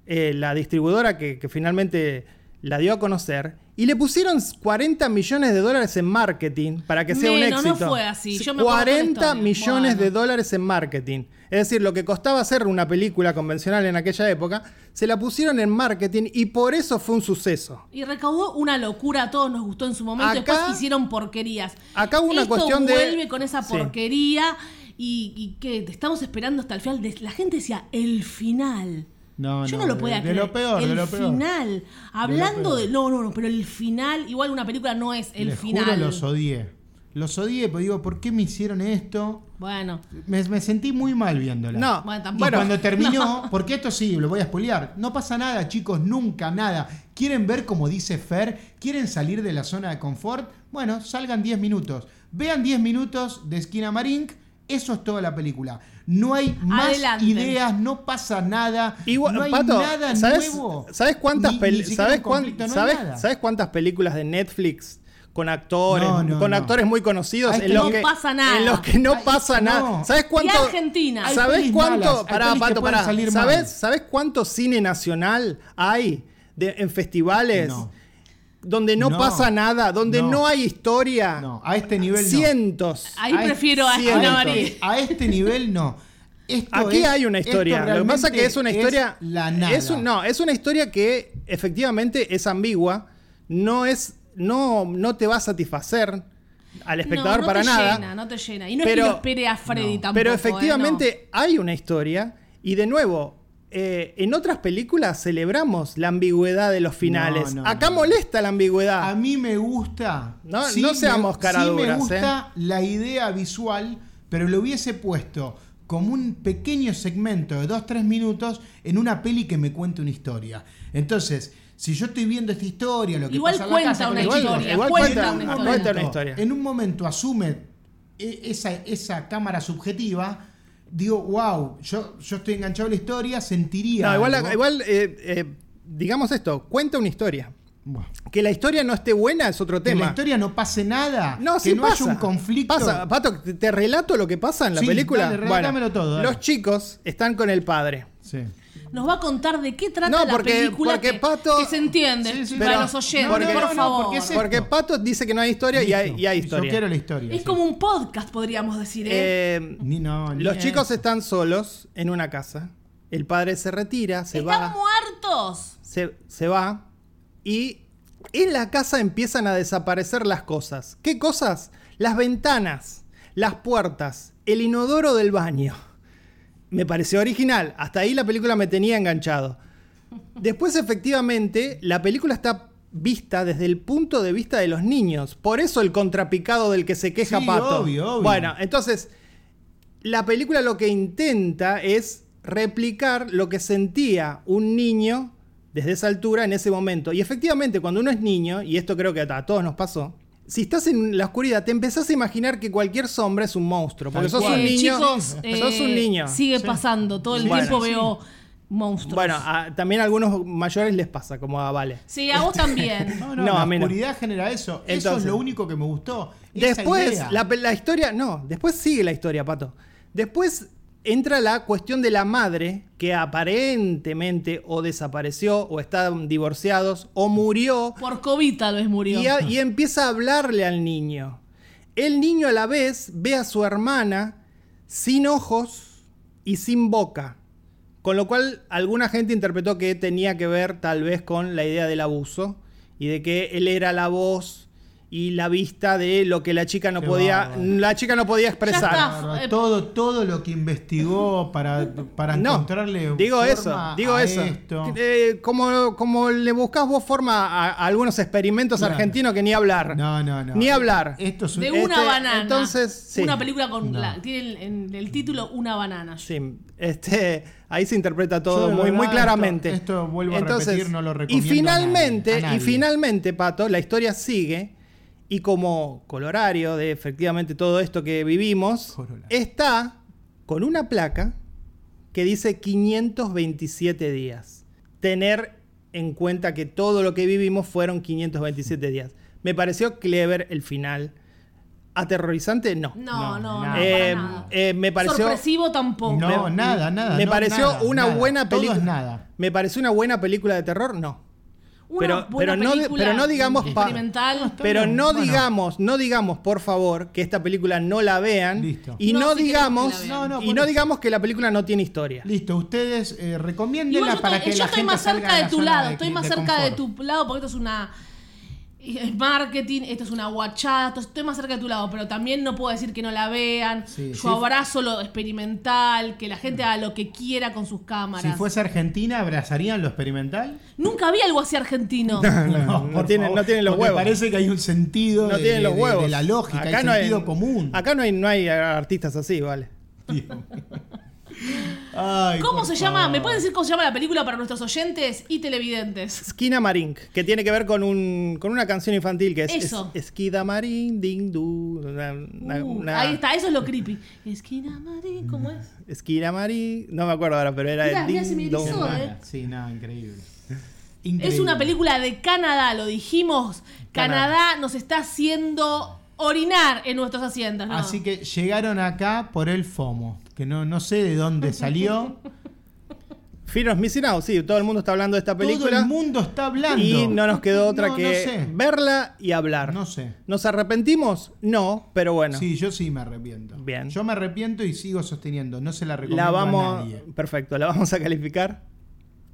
eh, la distribuidora que, que finalmente la dio a conocer y le pusieron 40 millones de dólares en marketing para que sea un Menos, éxito. no fue así. Yo me acuerdo de la 40 historia. millones de Bueno. dólares en marketing. Es decir, lo que costaba hacer una película convencional en aquella época, se la pusieron en marketing y por eso fue un suceso. Y recaudó una locura, a todos nos gustó en su momento, Acá- después hicieron porquerías. acá hubo una Esto cuestión de- vuelve con esa Sí. porquería y, y que te estamos esperando hasta el final. De- La gente decía, el final. No, Yo no, no, lo de- podía de creer. lo peor, de el lo peor. final. Hablando peor. de, No, no, no, pero el final. Igual una película no es el Les juro, final. los odié. Los odié, porque digo, ¿por qué me hicieron esto? Bueno, Me, me sentí muy mal viéndola. No, Bueno, Y tampoco. bueno, cuando terminó, porque esto sí, lo voy a spoilear, no pasa nada, chicos, nunca nada. ¿Quieren ver como dice Fer? ¿Quieren salir de la zona de confort? Bueno, salgan 10 minutos. Vean 10 minutos de Esquina Marink, eso es toda la película. No hay más Adelante. ideas, no pasa nada. Igual, no hay Pato, nada ¿sabes, nuevo. ¿sabes cuántas Ni- ni peli- siquiera ¿sabes, un cuán- conflicto, no hay sabes- nada. sabes cuántas películas de Netflix con actores, No, no, con no. actores muy conocidos Ahí en los no que pasa nada. en los que no Ay, pasa no. nada? ¿Sabes cuánto? Y Argentina. Hay ¿Sabes pelis malas, hay cuánto? Pará, pelis que Pato, pueden pará. salir mal. ¿Sabes, ¿Sabes cuánto cine nacional hay de- en festivales No. donde no, No. pasa nada, donde No. no, hay historia? No, a este nivel no. Cientos. ahí Ay, prefiero a siento. Esquina a, Marín. este, a este nivel no. Esto Aquí es- hay una esto historia. Lo que pasa es que es una realmente historia. es la nada. es un- no, es una historia que efectivamente es ambigua. No es. No, no te va a satisfacer al espectador no, no para te nada. Llena, no te llena. Y no Pero- es que lo espere a Freddy tampoco. pero eh, no. efectivamente hay una historia. Y de nuevo, eh, en otras películas celebramos la ambigüedad de los finales. No, no, Acá no. molesta la ambigüedad. A mí me gusta. No- no seamos me- Sí me caraduras, ¿eh? gusta la idea visual, pero lo hubiese puesto como un pequeño segmento de 2-3 minutos en una peli que me cuente una historia. Entonces, si yo estoy viendo esta historia, lo que Igual pasa en la cuenta casa, una con el chico, historia, igual cuenta en una un historia. cuenta momento- una historia. En un momento asume e- esa, esa cámara subjetiva. Digo, wow, yo, yo estoy enganchado a la historia, sentiría. No, igual, algo". igual, eh, eh, digamos esto, cuenta una historia. Bueno. Que la historia no esté buena es otro Que en la tema. historia no pase nada. No, que sí no pasa. haya un conflicto. Pasa, Pato, te- te relato lo que pasa en la Sí, película. dale, relatámelo todo, dale. Los chicos están con el padre. Sí. Nos va a contar de qué trata No, la porque- película porque que, Pato- que se entiende Sí, sí, pero- para los oyentes, porque- por no, no, favor. porque es es Perfecto. Porque Pato dice que no hay historia y hay, y hay Listo. historia. Yo quiero la historia. sí. como un podcast, podríamos decir. ¿eh? Eh, Ni- no, ni los es. chicos están solos en una casa. El padre se retira, se Están va, muertos. se, se va. Y en la casa empiezan a desaparecer las cosas. ¿Qué cosas? Las ventanas, las puertas, el inodoro del baño. Me pareció original. Hasta ahí la película me tenía enganchado. Después, efectivamente, la película está vista desde el punto de vista de los niños. Por eso el contrapicado del que se queja Sí, Pato. obvio, obvio. Bueno, entonces, la película lo que intenta es replicar lo que sentía un niño desde esa altura en ese momento. Y efectivamente, cuando uno es niño, y esto creo que a a todos nos pasó, si estás en la oscuridad, te empezás a imaginar que cualquier sombra es un monstruo. Porque Tal sos un cual. Eh, niño. chicos, sos un eh, niño. Sigue pasando. Todo el Sí. tiempo Bueno, veo monstruos. Bueno, ah, a- también a algunos mayores les pasa, como a Vale. sí, a vos este- también. No, no, No, la a mí no. oscuridad genera eso. eso es Entonces. lo único que me gustó. Esa Después, idea. la, pe- la historia, no, después sigue la historia, Pato. Después entra la cuestión de la madre que aparentemente o desapareció o están divorciados o murió Por COVID tal vez murió. y, a- y empieza a hablarle al niño. El niño a la vez ve a su hermana sin ojos y sin boca. Con lo cual alguna gente interpretó que tenía que ver tal vez con la idea del abuso y de que él era la voz y la vista de lo que la chica no Qué podía bárbaro. la chica no podía expresar. está, Bárbaro, todo, todo lo que investigó para, para encontrarle. Digo forma eso, digo a eso. esto. Eh, como, como le buscas vos forma a, a algunos experimentos Claro. argentinos que ni hablar. No, no, no. Ni hablar. Esto es un- eh, De una Este, banana. entonces, sí. Una película con. No. la- tiene el- en el título Una banana. Sí, este, ahí se interpreta Yo todo de muy, verdad muy esto- claramente. esto vuelvo a repetir, no lo recomiendo Y a nadie, finalmente, a nadie. y finalmente, Pato, la historia sigue. Y como colorario de efectivamente todo esto que vivimos, Corolario. está con una placa que dice 527 días. Tener en cuenta que todo lo que vivimos fueron 527 días. Me pareció clever el final. Aterrorizante, no. No, No, no, no. nada. para Eh, nada. eh, me pareció Sorpresivo tampoco. No, nada, nada. me no, pareció nada, una nada. buena Todo película. es nada. Me pareció una buena película de terror, no. Una pero- buena pero no di- película pero no digamos pa- experimental. Está Pero bien, no bueno. digamos, no digamos, por favor, que esta película no la vean. Listo. Y No, no, sí queremos digamos, que la vean. No, no, y por no eso. digamos que la película no tiene historia. Listo, ustedes eh, recomiéndenla Igual yo para estoy, que yo la estoy gente más salga cerca de de la tu zona lado, de- estoy de más cerca de confort. tu lado porque esto es una es marketing, esto es una guachada, esto- estoy más cerca de tu lado, pero también no puedo decir que no la vean. Sí, yo sí. Mm. abrazo lo experimental, que la gente haga lo que quiera con sus Si cámaras. fuese Argentina, ¿abrazarían lo experimental? Nunca vi algo así argentino. No, no por tienen- favor, no tienen los porque huevos. Parece que hay un sentido No de, tienen los de- de- huevos. de la lógica, acá hay no sentido hay, común. Acá no hay, no hay artistas así, vale. Ay, ¿Cómo por se llama? favor. ¿Me pueden decir cómo se llama la película para nuestros oyentes y televidentes? Esquina Marín, que tiene que ver con un con una canción infantil que es, Eso. es- Esquida Marín, ding du. una- una- Uh, una- Ahí está, eso es lo creepy. Esquina Marín, ¿cómo es? Esquina Marín, no me acuerdo ahora, pero era Mirá, el mirá, se me ding dong. erizó, Mala. eh. Sí, no, increíble. Es Increíble. una película de Canadá, lo dijimos. Canadá, Canadá. nos está haciendo orinar en nuestras haciendas. ¿no? Así que llegaron acá por el FOMO, que no, no sé de dónde salió. Fear of Missing Out, sí, todo el mundo está hablando de esta película. Todo el mundo está hablando. Y no nos quedó otra No, que No sé. verla y hablar. No sé. ¿Nos arrepentimos? No, pero bueno. Sí, yo sí me arrepiento. Bien. Yo me arrepiento y sigo sosteniendo. No se la recomiendo la a vamos. nadie. Perfecto, la vamos a calificar.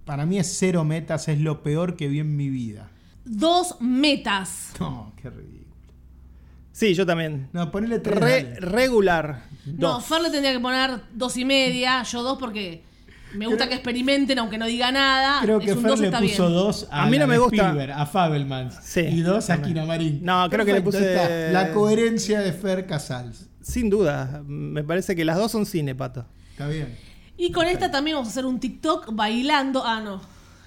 Para mí es cero metas, es lo peor que vi en mi vida. Dos metas. No, qué ridículo. Sí, yo también. No, ponele tres. Re- dale. regular. No, Dos. Fer le tendría que poner dos y media, yo dos porque Me gusta que experimenten, aunque no diga nada. Creo que Ah, es un Fer dos, le está puso bien. dos a, A mí no la me de gusta. Spielberg, a Fabelmans Sí. y dos a Kinamarín. No, creo que le puse- ahí está. La coherencia de Fer Casals. Sin duda, me parece que las dos son cine, pato. Está bien. Y con esta también vamos a hacer un TikTok bailando. Ah, no.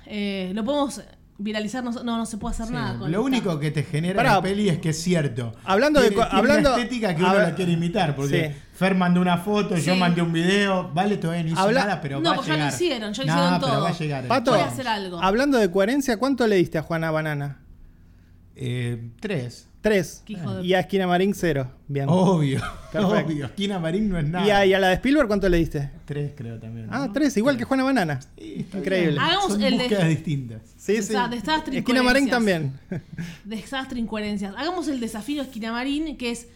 Eh, lo podemos viralizar. No, no, no se puede hacer Sí, nada con Lo esta. único que te genera Pará. la peli es que es cierto. Hablando de Tiene- co- tiene hablando- una estética que uno hab- la quiere imitar, porque Sí. Fer mandó una foto, yo Sí. mandé un video, vale, todavía no hizo Habla- nada, pero No, va a pues ya lo llegar. hicieron, ya lo No, hicieron pero todo. va a llegar. Pato, Voy a hacer algo. hablando de coherencia, ¿cuánto le diste a Juana Banana? Eh, tres. Tres. Qué hijo de- Y a Esquina Marín, cero. Bien. Obvio. Perfecto. Obvio. Esquina Marín no es Oh, nada. y, a, y a la de Spielberg, ¿cuánto le diste? Tres, creo también. Ah, ¿no? tres, igual que Juana Banana. Sí, está Increíble. bien. Hagamos Son el de- búsquedas distintas. Sí, sí. Desa- desastre, Esquina Marín incoherencias. también. Desastre, incoherencias. Hagamos el desafío Esquina Marín, que es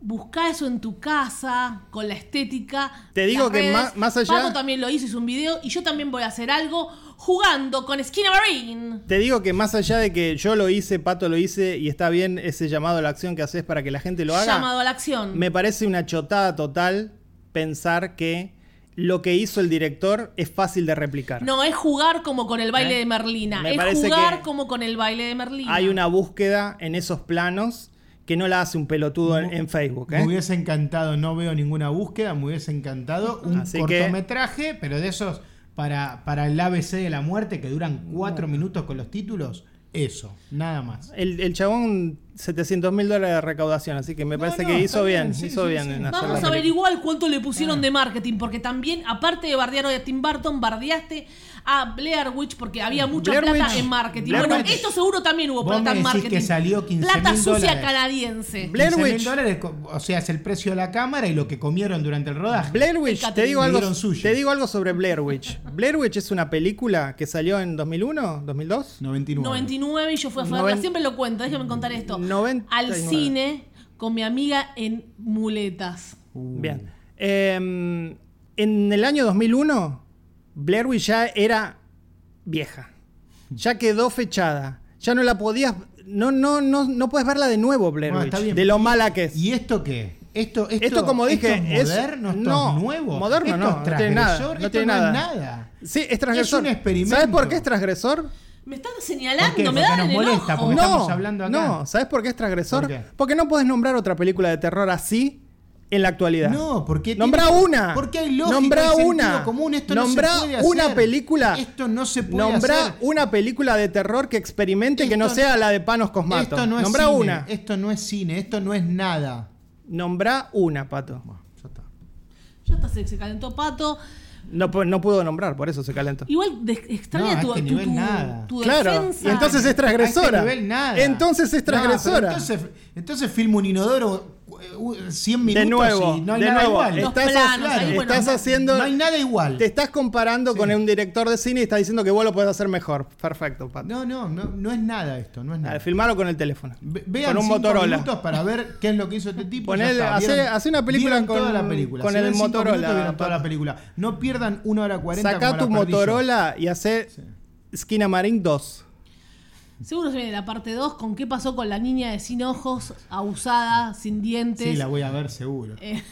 buscar eso en tu casa, con la estética. Te digo las que redes. más- más allá- Pato también lo hizo, hizo un video, y yo también voy a hacer algo jugando con Esquina Marín. Te digo que más allá de que yo lo hice, Pato lo hice, y está bien ese llamado a la acción que haces para que la gente lo haga. Llamado a la acción. Me parece una chotada total pensar que lo que hizo el director es fácil de replicar. No, es jugar como con el baile ¿Eh? de Merlina. Me es parece jugar que como con el baile de Merlina. Hay una búsqueda en esos planos que no la hace un pelotudo en, en Facebook. ¿eh? Me hubiese encantado, no veo ninguna búsqueda, me hubiese encantado un Así que- cortometraje, pero de esos para, para el ABC de la muerte que duran cuatro minutos con los títulos, eso, nada más. El, el chabón 700 mil dólares de recaudación, así que me No, parece no, que está hizo bien, bien, sí, hizo sí, bien sí. en hacer Vamos la a película. averiguar cuánto le Ah. pusieron de marketing, porque también, aparte de bardear hoy a Tim Burton, bardeaste a Blair Witch porque había mucha Blair plata Witch. en marketing. Blair bueno, Mm. Witch. esto seguro también hubo Vos plata me en decís marketing. que salió 15.000 plata sucia dólares. canadiense. Blair 15.000 Witch. dólares, co- o sea, es el precio de la cámara y lo que comieron durante el rodaje. Blair Witch, te Catherine. digo, Me algo, dieron sushi. te digo algo sobre Blair Witch. Blair Witch es una película que salió en 2001, 2002. 99. 99 y yo fui a verla. Noven- Siempre lo cuento, déjame contar esto. 99. Al cine con mi amiga en muletas. Bien. Eh, en el año 2001, Blair Witch ya era vieja. Mm. Ya quedó fechada. Ya no la podías. No, no, no, no puedes verla de nuevo, Blair Bueno, Witch. Ah, está bien. De lo mala que es. ¿Y esto qué? Esto, esto, Esto, como dije, es es- moderno, esto no, es nuevo. moderno esto no, es no tiene nada, transgresor, no esto tiene es nada. nada. Sí, es Es transgresor. un experimento. ¿Sabes por qué es transgresor? Me están ¿Por qué? señalando, me Porque dan nos en el molesta, ojo. porque no, estamos hablando acá. no. ¿Sabes por qué es transgresor? ¿Por qué? Porque no podés nombrar otra película de terror así en la actualidad. No, porque tiene- Nombrá una. Porque hay lógica, Nombrá hay sentido una. común, esto no Nombrá se puede hacer. una película. Esto no se puede Nombrá hacer. una película de terror que experimente que no Esto- sea la de Panos Cosmatos. Esto no es Nombrá cine, una. Esto no es cine, esto no es nada. Nombrá una, Pato. Bueno, ya está. Ya está, se, se calentó pato. No, pu- no pudo nombrar, por eso se calentó. Igual de- extraña No, a tu, este tu- nivel tu- nada. tu Claro, defensa. y entonces es transgresora. A este nivel, nada. Entonces es No, pero transgresora. entonces, entonces filmo un inodoro eh, uh, 100 minutos de nuevo, y no hay de nada nuevo. igual. Los Estás, planos, claro, ahí, bueno, estás no- haciendo. No hay nada igual. Te estás comparando con un director de cine y estás diciendo que vos lo podés hacer mejor. Perfecto, Pato. No, no, no, no es nada esto, no es Dale, nada. filmalo con el teléfono. Ve- Vean con un cinco Motorola. minutos para ver qué es lo que hizo este tipo. Poné- ya está. hace- Vieron- hace una película vieron con- toda la película. con Si el ven cinco Motorola, minutos, vieron toda Pato. la película. No pierdan una hora 40 Sacá tu Motorola y hace Esquina Marín 2. Seguro se viene la parte 2 con qué pasó con la niña de sin ojos, abusada, sin dientes. Sí, la voy a ver seguro. Eh,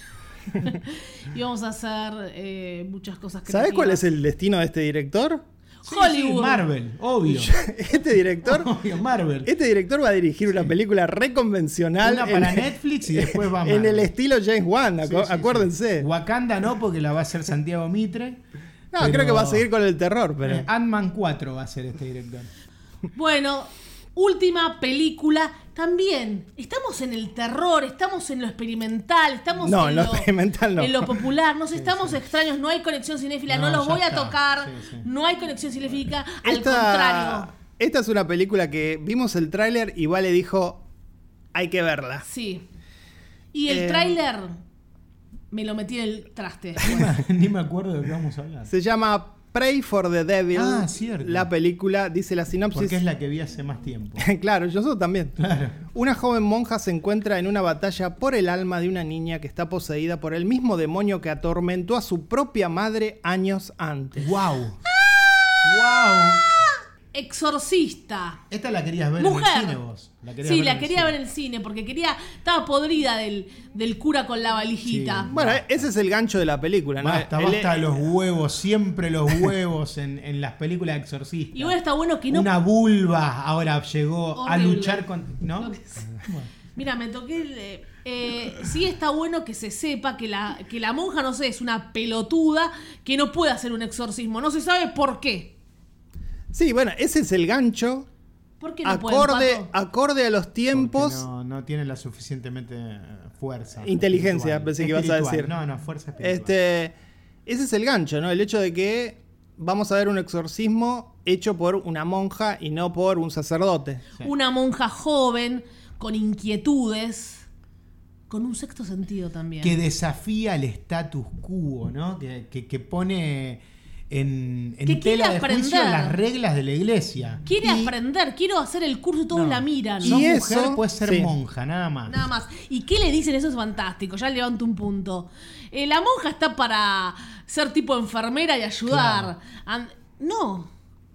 y vamos a hacer eh, muchas cosas ¿Sabés cuál es creativas. el destino de este director? Sí, Hollywood. sí, Marvel, obvio. Este director, obvio, Marvel. este director va a dirigir una película reconvencional Una para Netflix y después va a en el Marvel. estilo James Wan, Sí, acu- sí, acuérdense. sí. Wakanda no, porque la va a hacer Santiago Mitre. No, pero- creo que va a seguir con el terror, pero. Eh, Ant-Man 4 va a ser este director. Bueno, última película. También, estamos en el terror, estamos en lo experimental, estamos No, en, en lo experimental no. en lo popular. Nos estamos extraños, no hay conexión cinéfila, no, No, los ya voy a está. tocar, Sí, sí. no hay conexión cinéfila, al Esta- contrario. Esta es una película que vimos el tráiler y Vale dijo, hay que verla. Sí. Y el Eh, tráiler me lo metí en el traste. después. Ni me acuerdo de qué vamos a hablar. Se llama Pray for the Devil. Ah, cierto. La película, dice la sinopsis. Porque es la que vi hace más tiempo. claro, yo también. Claro. Una joven monja se encuentra en una batalla por el alma de una niña que está poseída por el mismo demonio que atormentó a su propia madre años antes. ¡Wow! ¡Wow! Exorcista. Esta la querías ver en el Mujer. cine vos. La querías ver sí, en la el quería cine. ver en el cine porque quería. Estaba podrida del, del cura con la valijita. Sí. Bueno, ese es el gancho de la película, ¿no? Basta, El- basta de los huevos, siempre los huevos en, en las películas de exorcista. Y bueno, está bueno que no. Una vulva ahora llegó a Horrible. luchar con. ¿No? Lo que sea. Mira, me toqué. el, eh, eh, sí está bueno que se sepa que la, que la monja, no sé, es una pelotuda que no puede hacer un exorcismo. No se sabe por qué. Sí, bueno, ese es el gancho. ¿Por qué no pueden, Acorde, Pato? acorde a los tiempos. Porque No, no tiene la suficientemente eh, fuerza. Inteligencia, espiritual. pensé que ibas a Espiritual. decir. No, no, fuerza espiritual. Este, ese es el gancho, ¿no? El hecho de que vamos a ver un exorcismo hecho por una monja y no por un sacerdote. Sí. Una monja joven, con inquietudes, con un sexto sentido también. Que desafía el status quo, ¿no? Que, que- que pone en, en Que quiere tela de juicio aprender. las reglas de la iglesia. Quiere y- aprender, quiero hacer el curso y todos No. la miran. Sos Y mujer, eso- puedes ser sí. monja, nada más. Ah, Nada más. ¿Y qué le dicen? Eso es fantástico. Ya levanto un punto. Eh, la monja está para ser tipo enfermera y ayudar. An- no.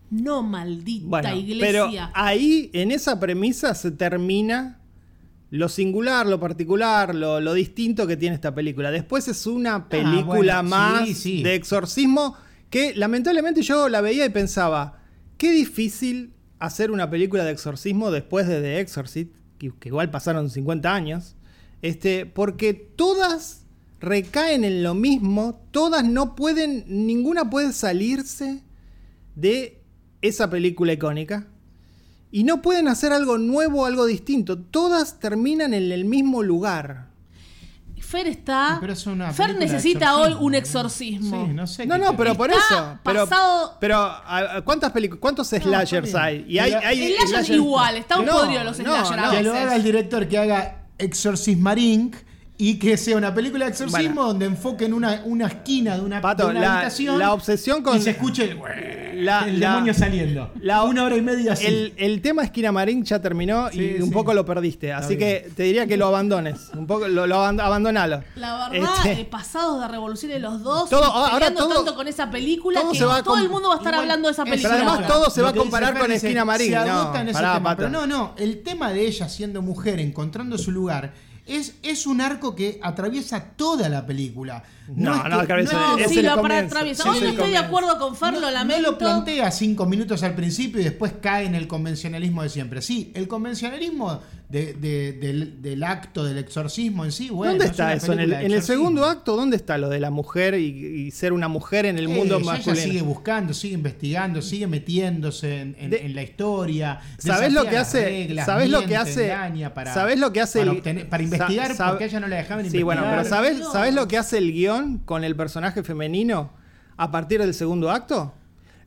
No, maldita Bueno, pero iglesia. ahí, en esa premisa, se termina lo singular, lo particular, lo, lo distinto que tiene esta película. Después es una película Ah, bueno, sí, más sí. de exorcismo que lamentablemente yo la veía y pensaba, qué difícil hacer una película de exorcismo después de The Exorcist, que, que igual pasaron 50 años, este, porque todas recaen en lo mismo, todas no pueden, ninguna puede salirse de esa película icónica. Y no pueden hacer algo nuevo, algo distinto. Todas terminan en el mismo lugar. Fer está. Pero es una Fer película de necesita hoy exorcismo, un ¿no? exorcismo. Sí, no sé. ¿eh? No, qué no, quiere. pero por Está eso. Pero, pasado- pero a- a- ¿cuántas películas, cuántos slashers está hay? bien. Y hay, Pero- hay Slashers igual, están No, podridos los no, slashers a no. Que lo veces. haga el director, que haga Exorcismar Inc. Y que sea una película de exorcismo Bueno. donde enfoque en una, una esquina de una, Pato, de una la- habitación. la obsesión con- Y se escuche el, La- el la- demonio saliendo. la- una hora y media así. El, el tema Esquina Marín ya terminó y Sí, un sí. poco lo perdiste. Así bien. que te diría que lo abandones. Un poco lo, lo aband- abandonalo. La verdad, Este, eh, pasados de revoluciones los dos, Todo- ahora peleando todo- tanto con esa película todo que se va a todo com- el mundo va a estar Igual, hablando de esa es- película. Pero además todo se va a Lo que dice comparar Fer con dice, Esquina Marín. se No, agotan ese pará, tema. Pato. Pero no, no. El tema de ella siendo mujer, encontrando su lugar, es, es un arco que atraviesa toda la película. No, es que- no atraviesa, No, es sí, el lo para comienzo, atravesar. es Hoy no el estoy de comienzo. acuerdo con Fer, no, lo no lamento. lo plantea cinco minutos al principio y después cae en el convencionalismo de siempre. Sí, el convencionalismo de- de- del, del acto del exorcismo en sí, bueno. ¿Dónde es está una eso? En el, película de en el exorcismo. segundo acto, ¿dónde está lo de la mujer y, y ser una mujer en el Eh, mundo ella masculino? sigue buscando, sigue investigando, sigue metiéndose en, en- De- en la historia. ¿Sabés desafía lo que las hace? reglas, ¿Sabés lo que miente, hace? engaña Para, ¿Sabés lo que hace Para, el- obtener- para sa- investigar, sab- porque a ella no la dejaban Sí, bueno, pero investigar. ¿sabés, No. ¿sabés lo que hace el guión con el personaje femenino a partir del segundo acto?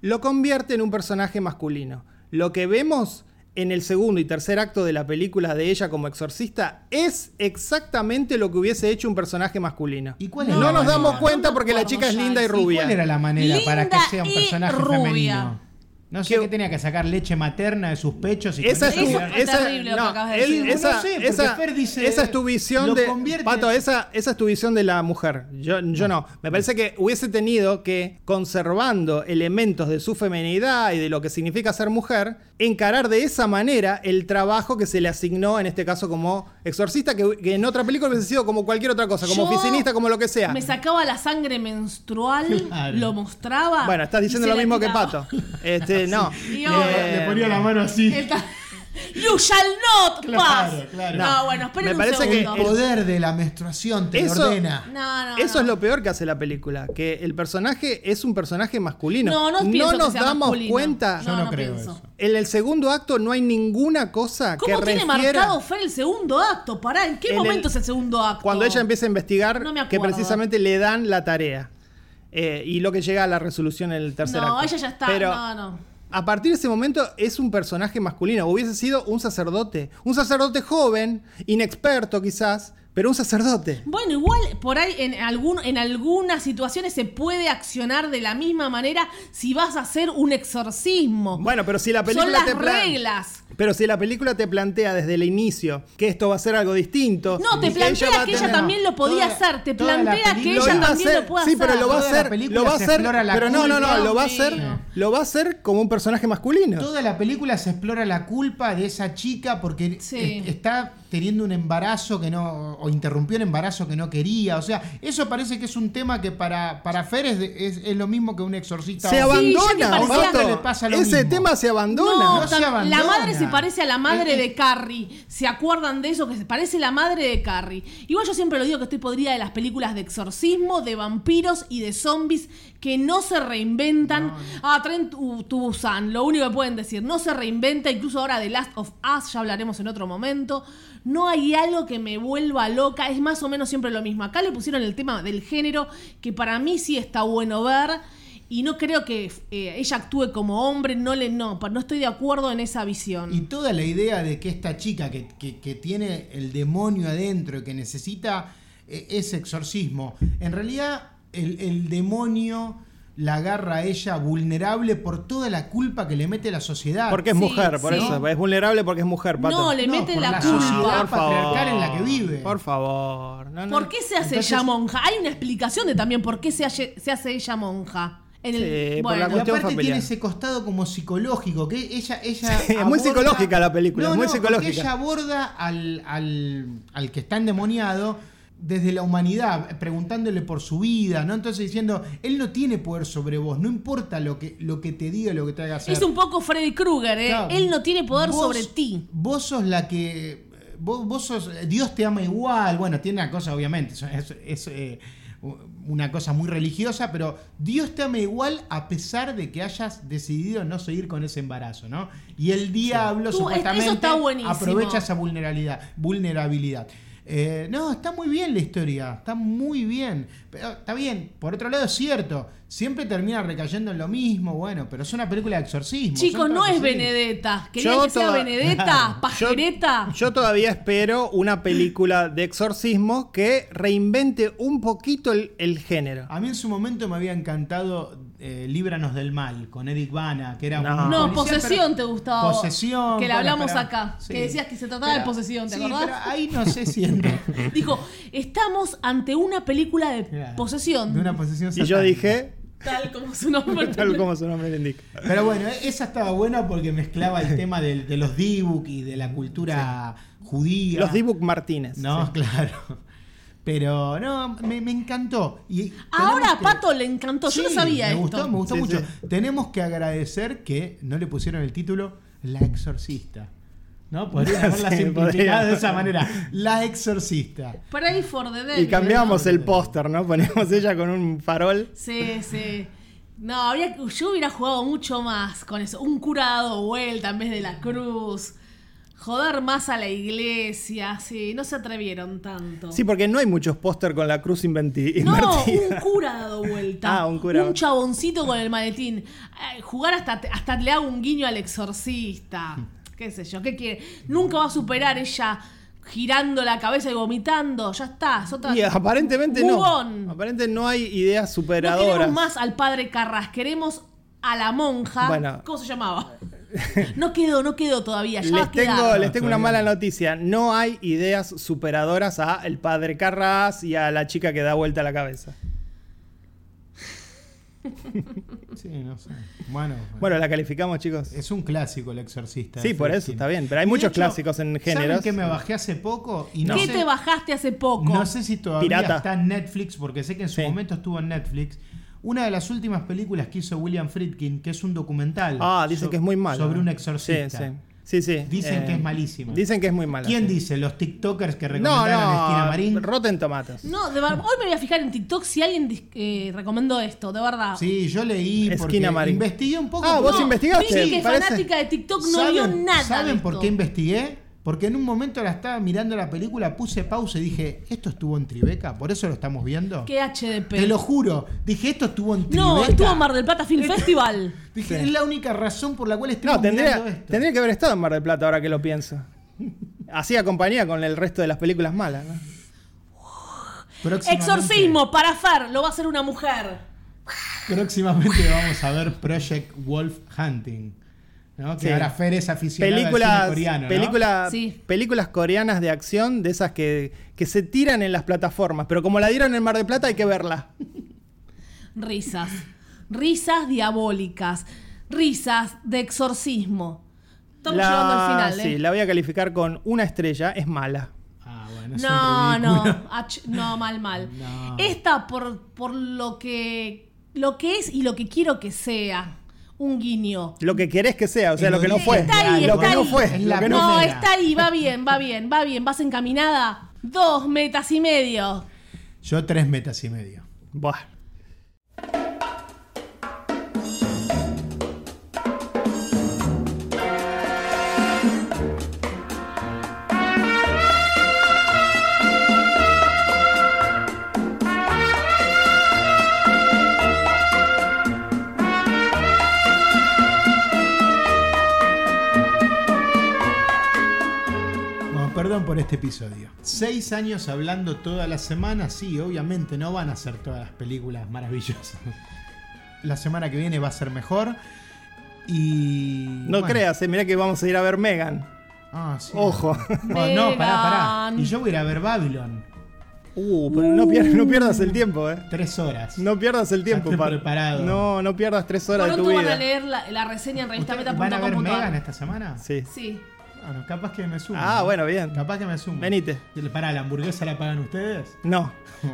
Lo convierte en un personaje masculino. Lo que vemos en el segundo y tercer acto de la película de ella como exorcista es exactamente lo que hubiese hecho un personaje masculino. ¿Y cuál no es la nos manera? damos cuenta No me porque la acuerdo chica es ya, linda y ¿y cuál ¿Y rubia. ¿Cuál era la manera para que Linda sea un y personaje rubia. femenino? No sé Que- qué tenía que sacar leche materna de sus pechos y con Esa es eso Eso tu, hubiera- fue esa- terrible lo que no, acabas de él- decir. esa- No sé, porque esa- Fer dice, esa es tu visión lo de convierte- Pato, esa, esa es tu visión de la mujer. Yo, yo no. Me parece que hubiese tenido que, conservando elementos de su feminidad y de lo que significa ser mujer, encarar de esa manera el trabajo que se le asignó, en este caso, como exorcista, que, que en otra película hubiese sido como cualquier otra cosa, como Yo oficinista, como lo que sea. Me sacaba la sangre menstrual, Claro. lo mostraba. Bueno, estás y diciendo se lo la mismo que quitaba. Pato. Este, no. Y Eh, ahora- Le ponía la mano así. El ta- you shall not Claro, pass. claro. No, bueno, esperen Me un parece que segundo. El poder de la menstruación te lo Eso- ordena. No, no, Eso no. es lo peor que hace la película, que el personaje es un personaje masculino. No, no, pienso que nos sea damos masculino. cuenta. Yo no creo pienso. eso. En el segundo acto no hay ninguna cosa ¿Cómo que tiene refiera marcado Fer el segundo acto? Pará, ¿en qué En el- momento es el segundo acto? cuando ella empieza a investigar No me que acuerdo. precisamente le dan la tarea Eh, y lo que llega a la resolución en el tercer acto. No, ella ya está. Pero no, no. a partir de ese momento es un personaje masculino. Hubiese sido un sacerdote, un sacerdote joven, inexperto quizás, Pero un sacerdote. Bueno, igual por ahí en, algún, en algunas situaciones se puede accionar de la misma manera si vas a hacer un exorcismo. Bueno, pero si la película Son las te plan- reglas. Pero si la película te plantea desde el inicio que esto va a ser algo distinto. No, te y plantea va a que ella tener- también lo podía toda- hacer. Te toda la plantea que película- Lo ella iba a también hacer, lo puede sí, hacer. pero lo va a Toda la hacer, película lo va a se hacer, explora la pero no, no, no, culpa. lo va a Sí. hacer, lo va a hacer como un personaje masculino. Toda la película se explora la culpa de esa chica porque Sí. es- está teniendo un embarazo que no. o interrumpió un embarazo que no quería. O sea, eso parece que es un tema que para, para Fer es, de- es- es lo mismo que un exorcista. Se hombre. abandona, ya que parecía- Fausto. le pasa lo Ese mismo. tema se No, abandona. No se tam- la abandona. madre se parece a la madre Es- de Carrie. ¿Se acuerdan de eso? Que se parece la madre de Carrie. Igual yo siempre lo digo que estoy podrida de las películas de exorcismo, de vampiros y de zombies que no se reinventan. Ah, traen tu, tu Busan, lo único que pueden decir. No se reinventa, incluso ahora de Last of Us, ya hablaremos en otro momento. No hay algo que me vuelva loca, es más o menos siempre lo mismo. Acá le pusieron el tema del género, que para mí sí está bueno ver. Y no creo que eh, ella actúe como hombre, no le no, pa- no estoy de acuerdo en esa visión. Y toda la idea de que esta chica que, que- que tiene el demonio adentro y que necesita eh, ese exorcismo, en realidad el, el demonio la agarra a ella vulnerable por toda la culpa que le mete la sociedad. Porque es Sí, mujer, por sí. eso. Es vulnerable porque es mujer, pato. no, le No, mete por la, la culpa. sociedad. patriarcal en la que vive. Por favor. No, no. ¿Por qué se hace Entonces- ella monja? Hay una explicación de también por qué se hace, se hace ella monja. En el, Sí, por bueno, la Y cuestión aparte familiar. tiene ese costado como psicológico, que ella... ella Sí, es muy psicológica la película, No, es muy no, porque psicológica. ella aborda al, al, al que está endemoniado desde la humanidad, preguntándole por su vida, ¿no? Entonces diciendo, él no tiene poder sobre vos, no importa lo que, lo que te diga, lo que te haga hacer. es un poco Freddy Krueger, ¿eh? Claro, él no tiene poder vos- sobre ti. Vos sos la que... Vos, vos sos... Dios te ama igual. Bueno, tiene una cosa, obviamente, eso- es, es, eh, una cosa muy religiosa, pero Dios te ama igual a pesar de que hayas decidido no seguir con ese embarazo, ¿no? Y el diablo Tú, es- supuestamente eso está buenísimo. aprovecha esa vulnerabilidad. vulnerabilidad. Eh, no, está muy bien la historia, está muy bien. Pero está bien, por otro lado es cierto, siempre termina recayendo en lo mismo, bueno, pero es una película de exorcismo. son Chicos, no todas es así. Benedetta. Querían Yo que sea toda- Benedetta, Yo- pajereta. Yo, todavía espero una película de exorcismo que reinvente un poquito el, el género. A mí en su momento me había encantado eh, Líbranos del Mal con Eric Bana, que era No. un No, policía, posesión pero- te gustaba. a vos. Posesión. Que la bueno, hablamos pero- acá. sí. Que decías que se trataba de Pero- posesión, ¿te sí, acordás? Pero ahí no sé si entra. Dijo, estamos ante una película de Claro. posesión. De una posesión Y yo satánica. dije, Tal como su nombre. tal como su nombre le indica. Pero bueno, eh, esa estaba buena porque mezclaba el tema del- de, los Dibuk y de la cultura judía. Los Dibuk Martínez. No, Sí. claro. Pero no, me, me encantó. Y tenemos Ahora a que- Pato le encantó. Yo no Sí, sabía me esto. Gustó, me gustó Sí, mucho. sí. Tenemos que agradecer que no le pusieron el título La Exorcista. ¿No? Podrían haberla Sí, simplificado podría. de esa manera. La Exorcista. Por ahí for the devil. Y cambiamos el póster, ¿no? Poníamos ella con un farol. Sí, sí. No, habría, yo hubiera jugado mucho más con eso. Un curado vuelta en vez de la cruz. Joder más a la iglesia. Sí, no se atrevieron tanto. Sí, porque no hay muchos póster con la cruz inventi- No, invertida. un cura dado vuelta. Ah, un cura. chaboncito con el maletín. Ay, jugar hasta, hasta le hago un guiño al exorcista. Mm. ¿Qué sé yo? ¿Qué quiere? Nunca va a superar ella girando la cabeza y vomitando. Ya está. es otra- Y aparentemente Bubón. no. Aparentemente no hay ideas No superadoras. queremos más al padre Carras. Queremos a la monja. Bueno. ¿Cómo se llamaba? No quedó, no quedó todavía. Ya va a les quedar. tengo, les tengo una todavía mala noticia. No hay ideas superadoras a el padre Carras y a la chica que da vuelta la cabeza. Sí, no sé. Bueno, Bueno, la calificamos, chicos. es un clásico El Exorcista. Sí, de por eso, Friedkin. está bien, pero Y hay de muchos clásicos en géneros. ¿Saben que me bajé hace poco? Y no ¿Qué sé- te bajaste hace poco? No sé si todavía Pirata. está en Netflix, porque sé que en su Sí. momento estuvo en Netflix. Una de las últimas películas que hizo William Friedkin, que es un documental. Ah, dicen so- que es muy malo. Sobre un exorcista. Sí, sí. Sí, sí. Dicen Eh, que es malísima. Dicen que es muy malo. ¿Quién sí. dice? ¿Los TikTokers que No, recomendaron a Cristina no. Marín? Rotten Tomatoes. No, de verdad, hoy me voy a fijar en TikTok si alguien dis- eh, recomendó esto, de verdad. Sí, yo leí porque Esquina Marín. investigué un poco. Ah, porque- vos investigaste, Vicky, que es parece. fanática de TikTok, no vio nada. ¿Saben de por esto. qué investigué? Porque en un momento la estaba mirando la película, puse pausa y dije, ¿esto estuvo en Tribeca? ¿Por eso lo estamos viendo? ¿Qué HDP? Te lo juro. Dije, ¿esto estuvo en Tribeca? no, estuvo en Mar del Plata Film Festival. Dije, Sí. es la única razón por la cual estamos No, tendría, mirando esto. tendría que haber estado en Mar del Plata ahora que lo pienso. Hacía compañía con el resto de las películas malas, ¿no? Próximamente- Exorcismo para Fer, lo va a hacer una mujer. Próximamente vamos a ver Project Wolf Hunting. ¿no? Que Sí. ahora Fer es aficionado al Películas, cine coreano. ¿no? película- Sí. películas coreanas de acción, de esas que, que se tiran en las plataformas. Pero como la dieron en Mar de Plata, hay que verla. Risas. Risas diabólicas. Risas de exorcismo. Estamos La- llegando al final, ¿eh? Sí, la voy a calificar con una estrella, es mala. Ah, bueno, es No, un no, ridículo. ach- no, mal, mal. No. Esta por, por lo que lo que es y lo que quiero que sea, un guiño. Lo que querés que sea, o sea, Y lo, lo que no dije, fue. Está ahí, lo está que no ahí. fue. Es lo la que no No, primera. está ahí, va bien, va bien, va bien, vas encaminada. Dos metas y medio. Yo tres metas y medio. Buah. Bueno, perdón por este episodio. Seis años hablando toda la semana, sí, obviamente no van a ser todas las películas maravillosas. La semana que viene va a ser mejor. Y. No bueno. creas, eh, mirá que vamos a ir a ver Megan. Ah, sí. Ojo. Bueno, no, pará, pará. Megan. Y yo voy a ir a ver Babylon. Uh, pero no, pier- no pierdas el tiempo, eh. Tres horas. No pierdas el tiempo, estoy pa- preparado. No, no pierdas tres horas de Pronto tu van a vida. leer la, la reseña en ¿Ustedes ¿Van a ver Megan revistametas.com.ar. esta semana? Sí. Sí. Bueno, capaz que me sumo. Ah, bueno, bien. Capaz que me sumo. Venite. Y le- Pará, ¿la hamburguesa la pagan ustedes? No.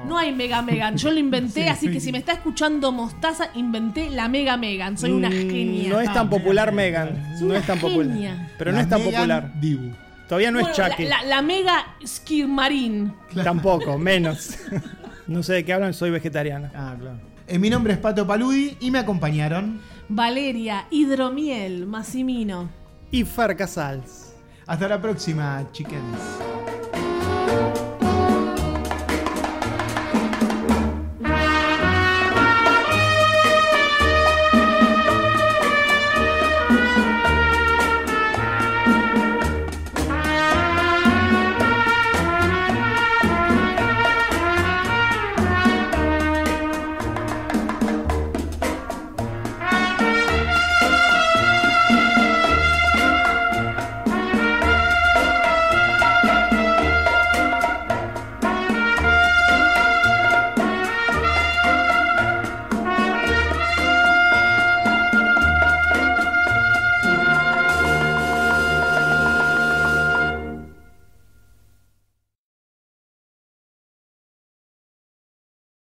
No hay Mega Megan, yo lo inventé, Sí, así que sí. si me está escuchando Mostaza, inventé la Mega Megan. Soy una Mm, genia. No es tan Ah, popular Megan, Megan. Es No una es tan genia. popular. Pero no La es tan Megan popular. Dibu. Todavía no es Bueno, Chucky. La, la- la Mega Skirmarín. Tampoco, menos. No sé de qué hablan, soy vegetariana. Ah, claro. Eh, mi nombre es Pato Paludi y me acompañaron. Valeria, Hidromiel, Massimino. Y Fer Casals. Hasta la próxima, chickens.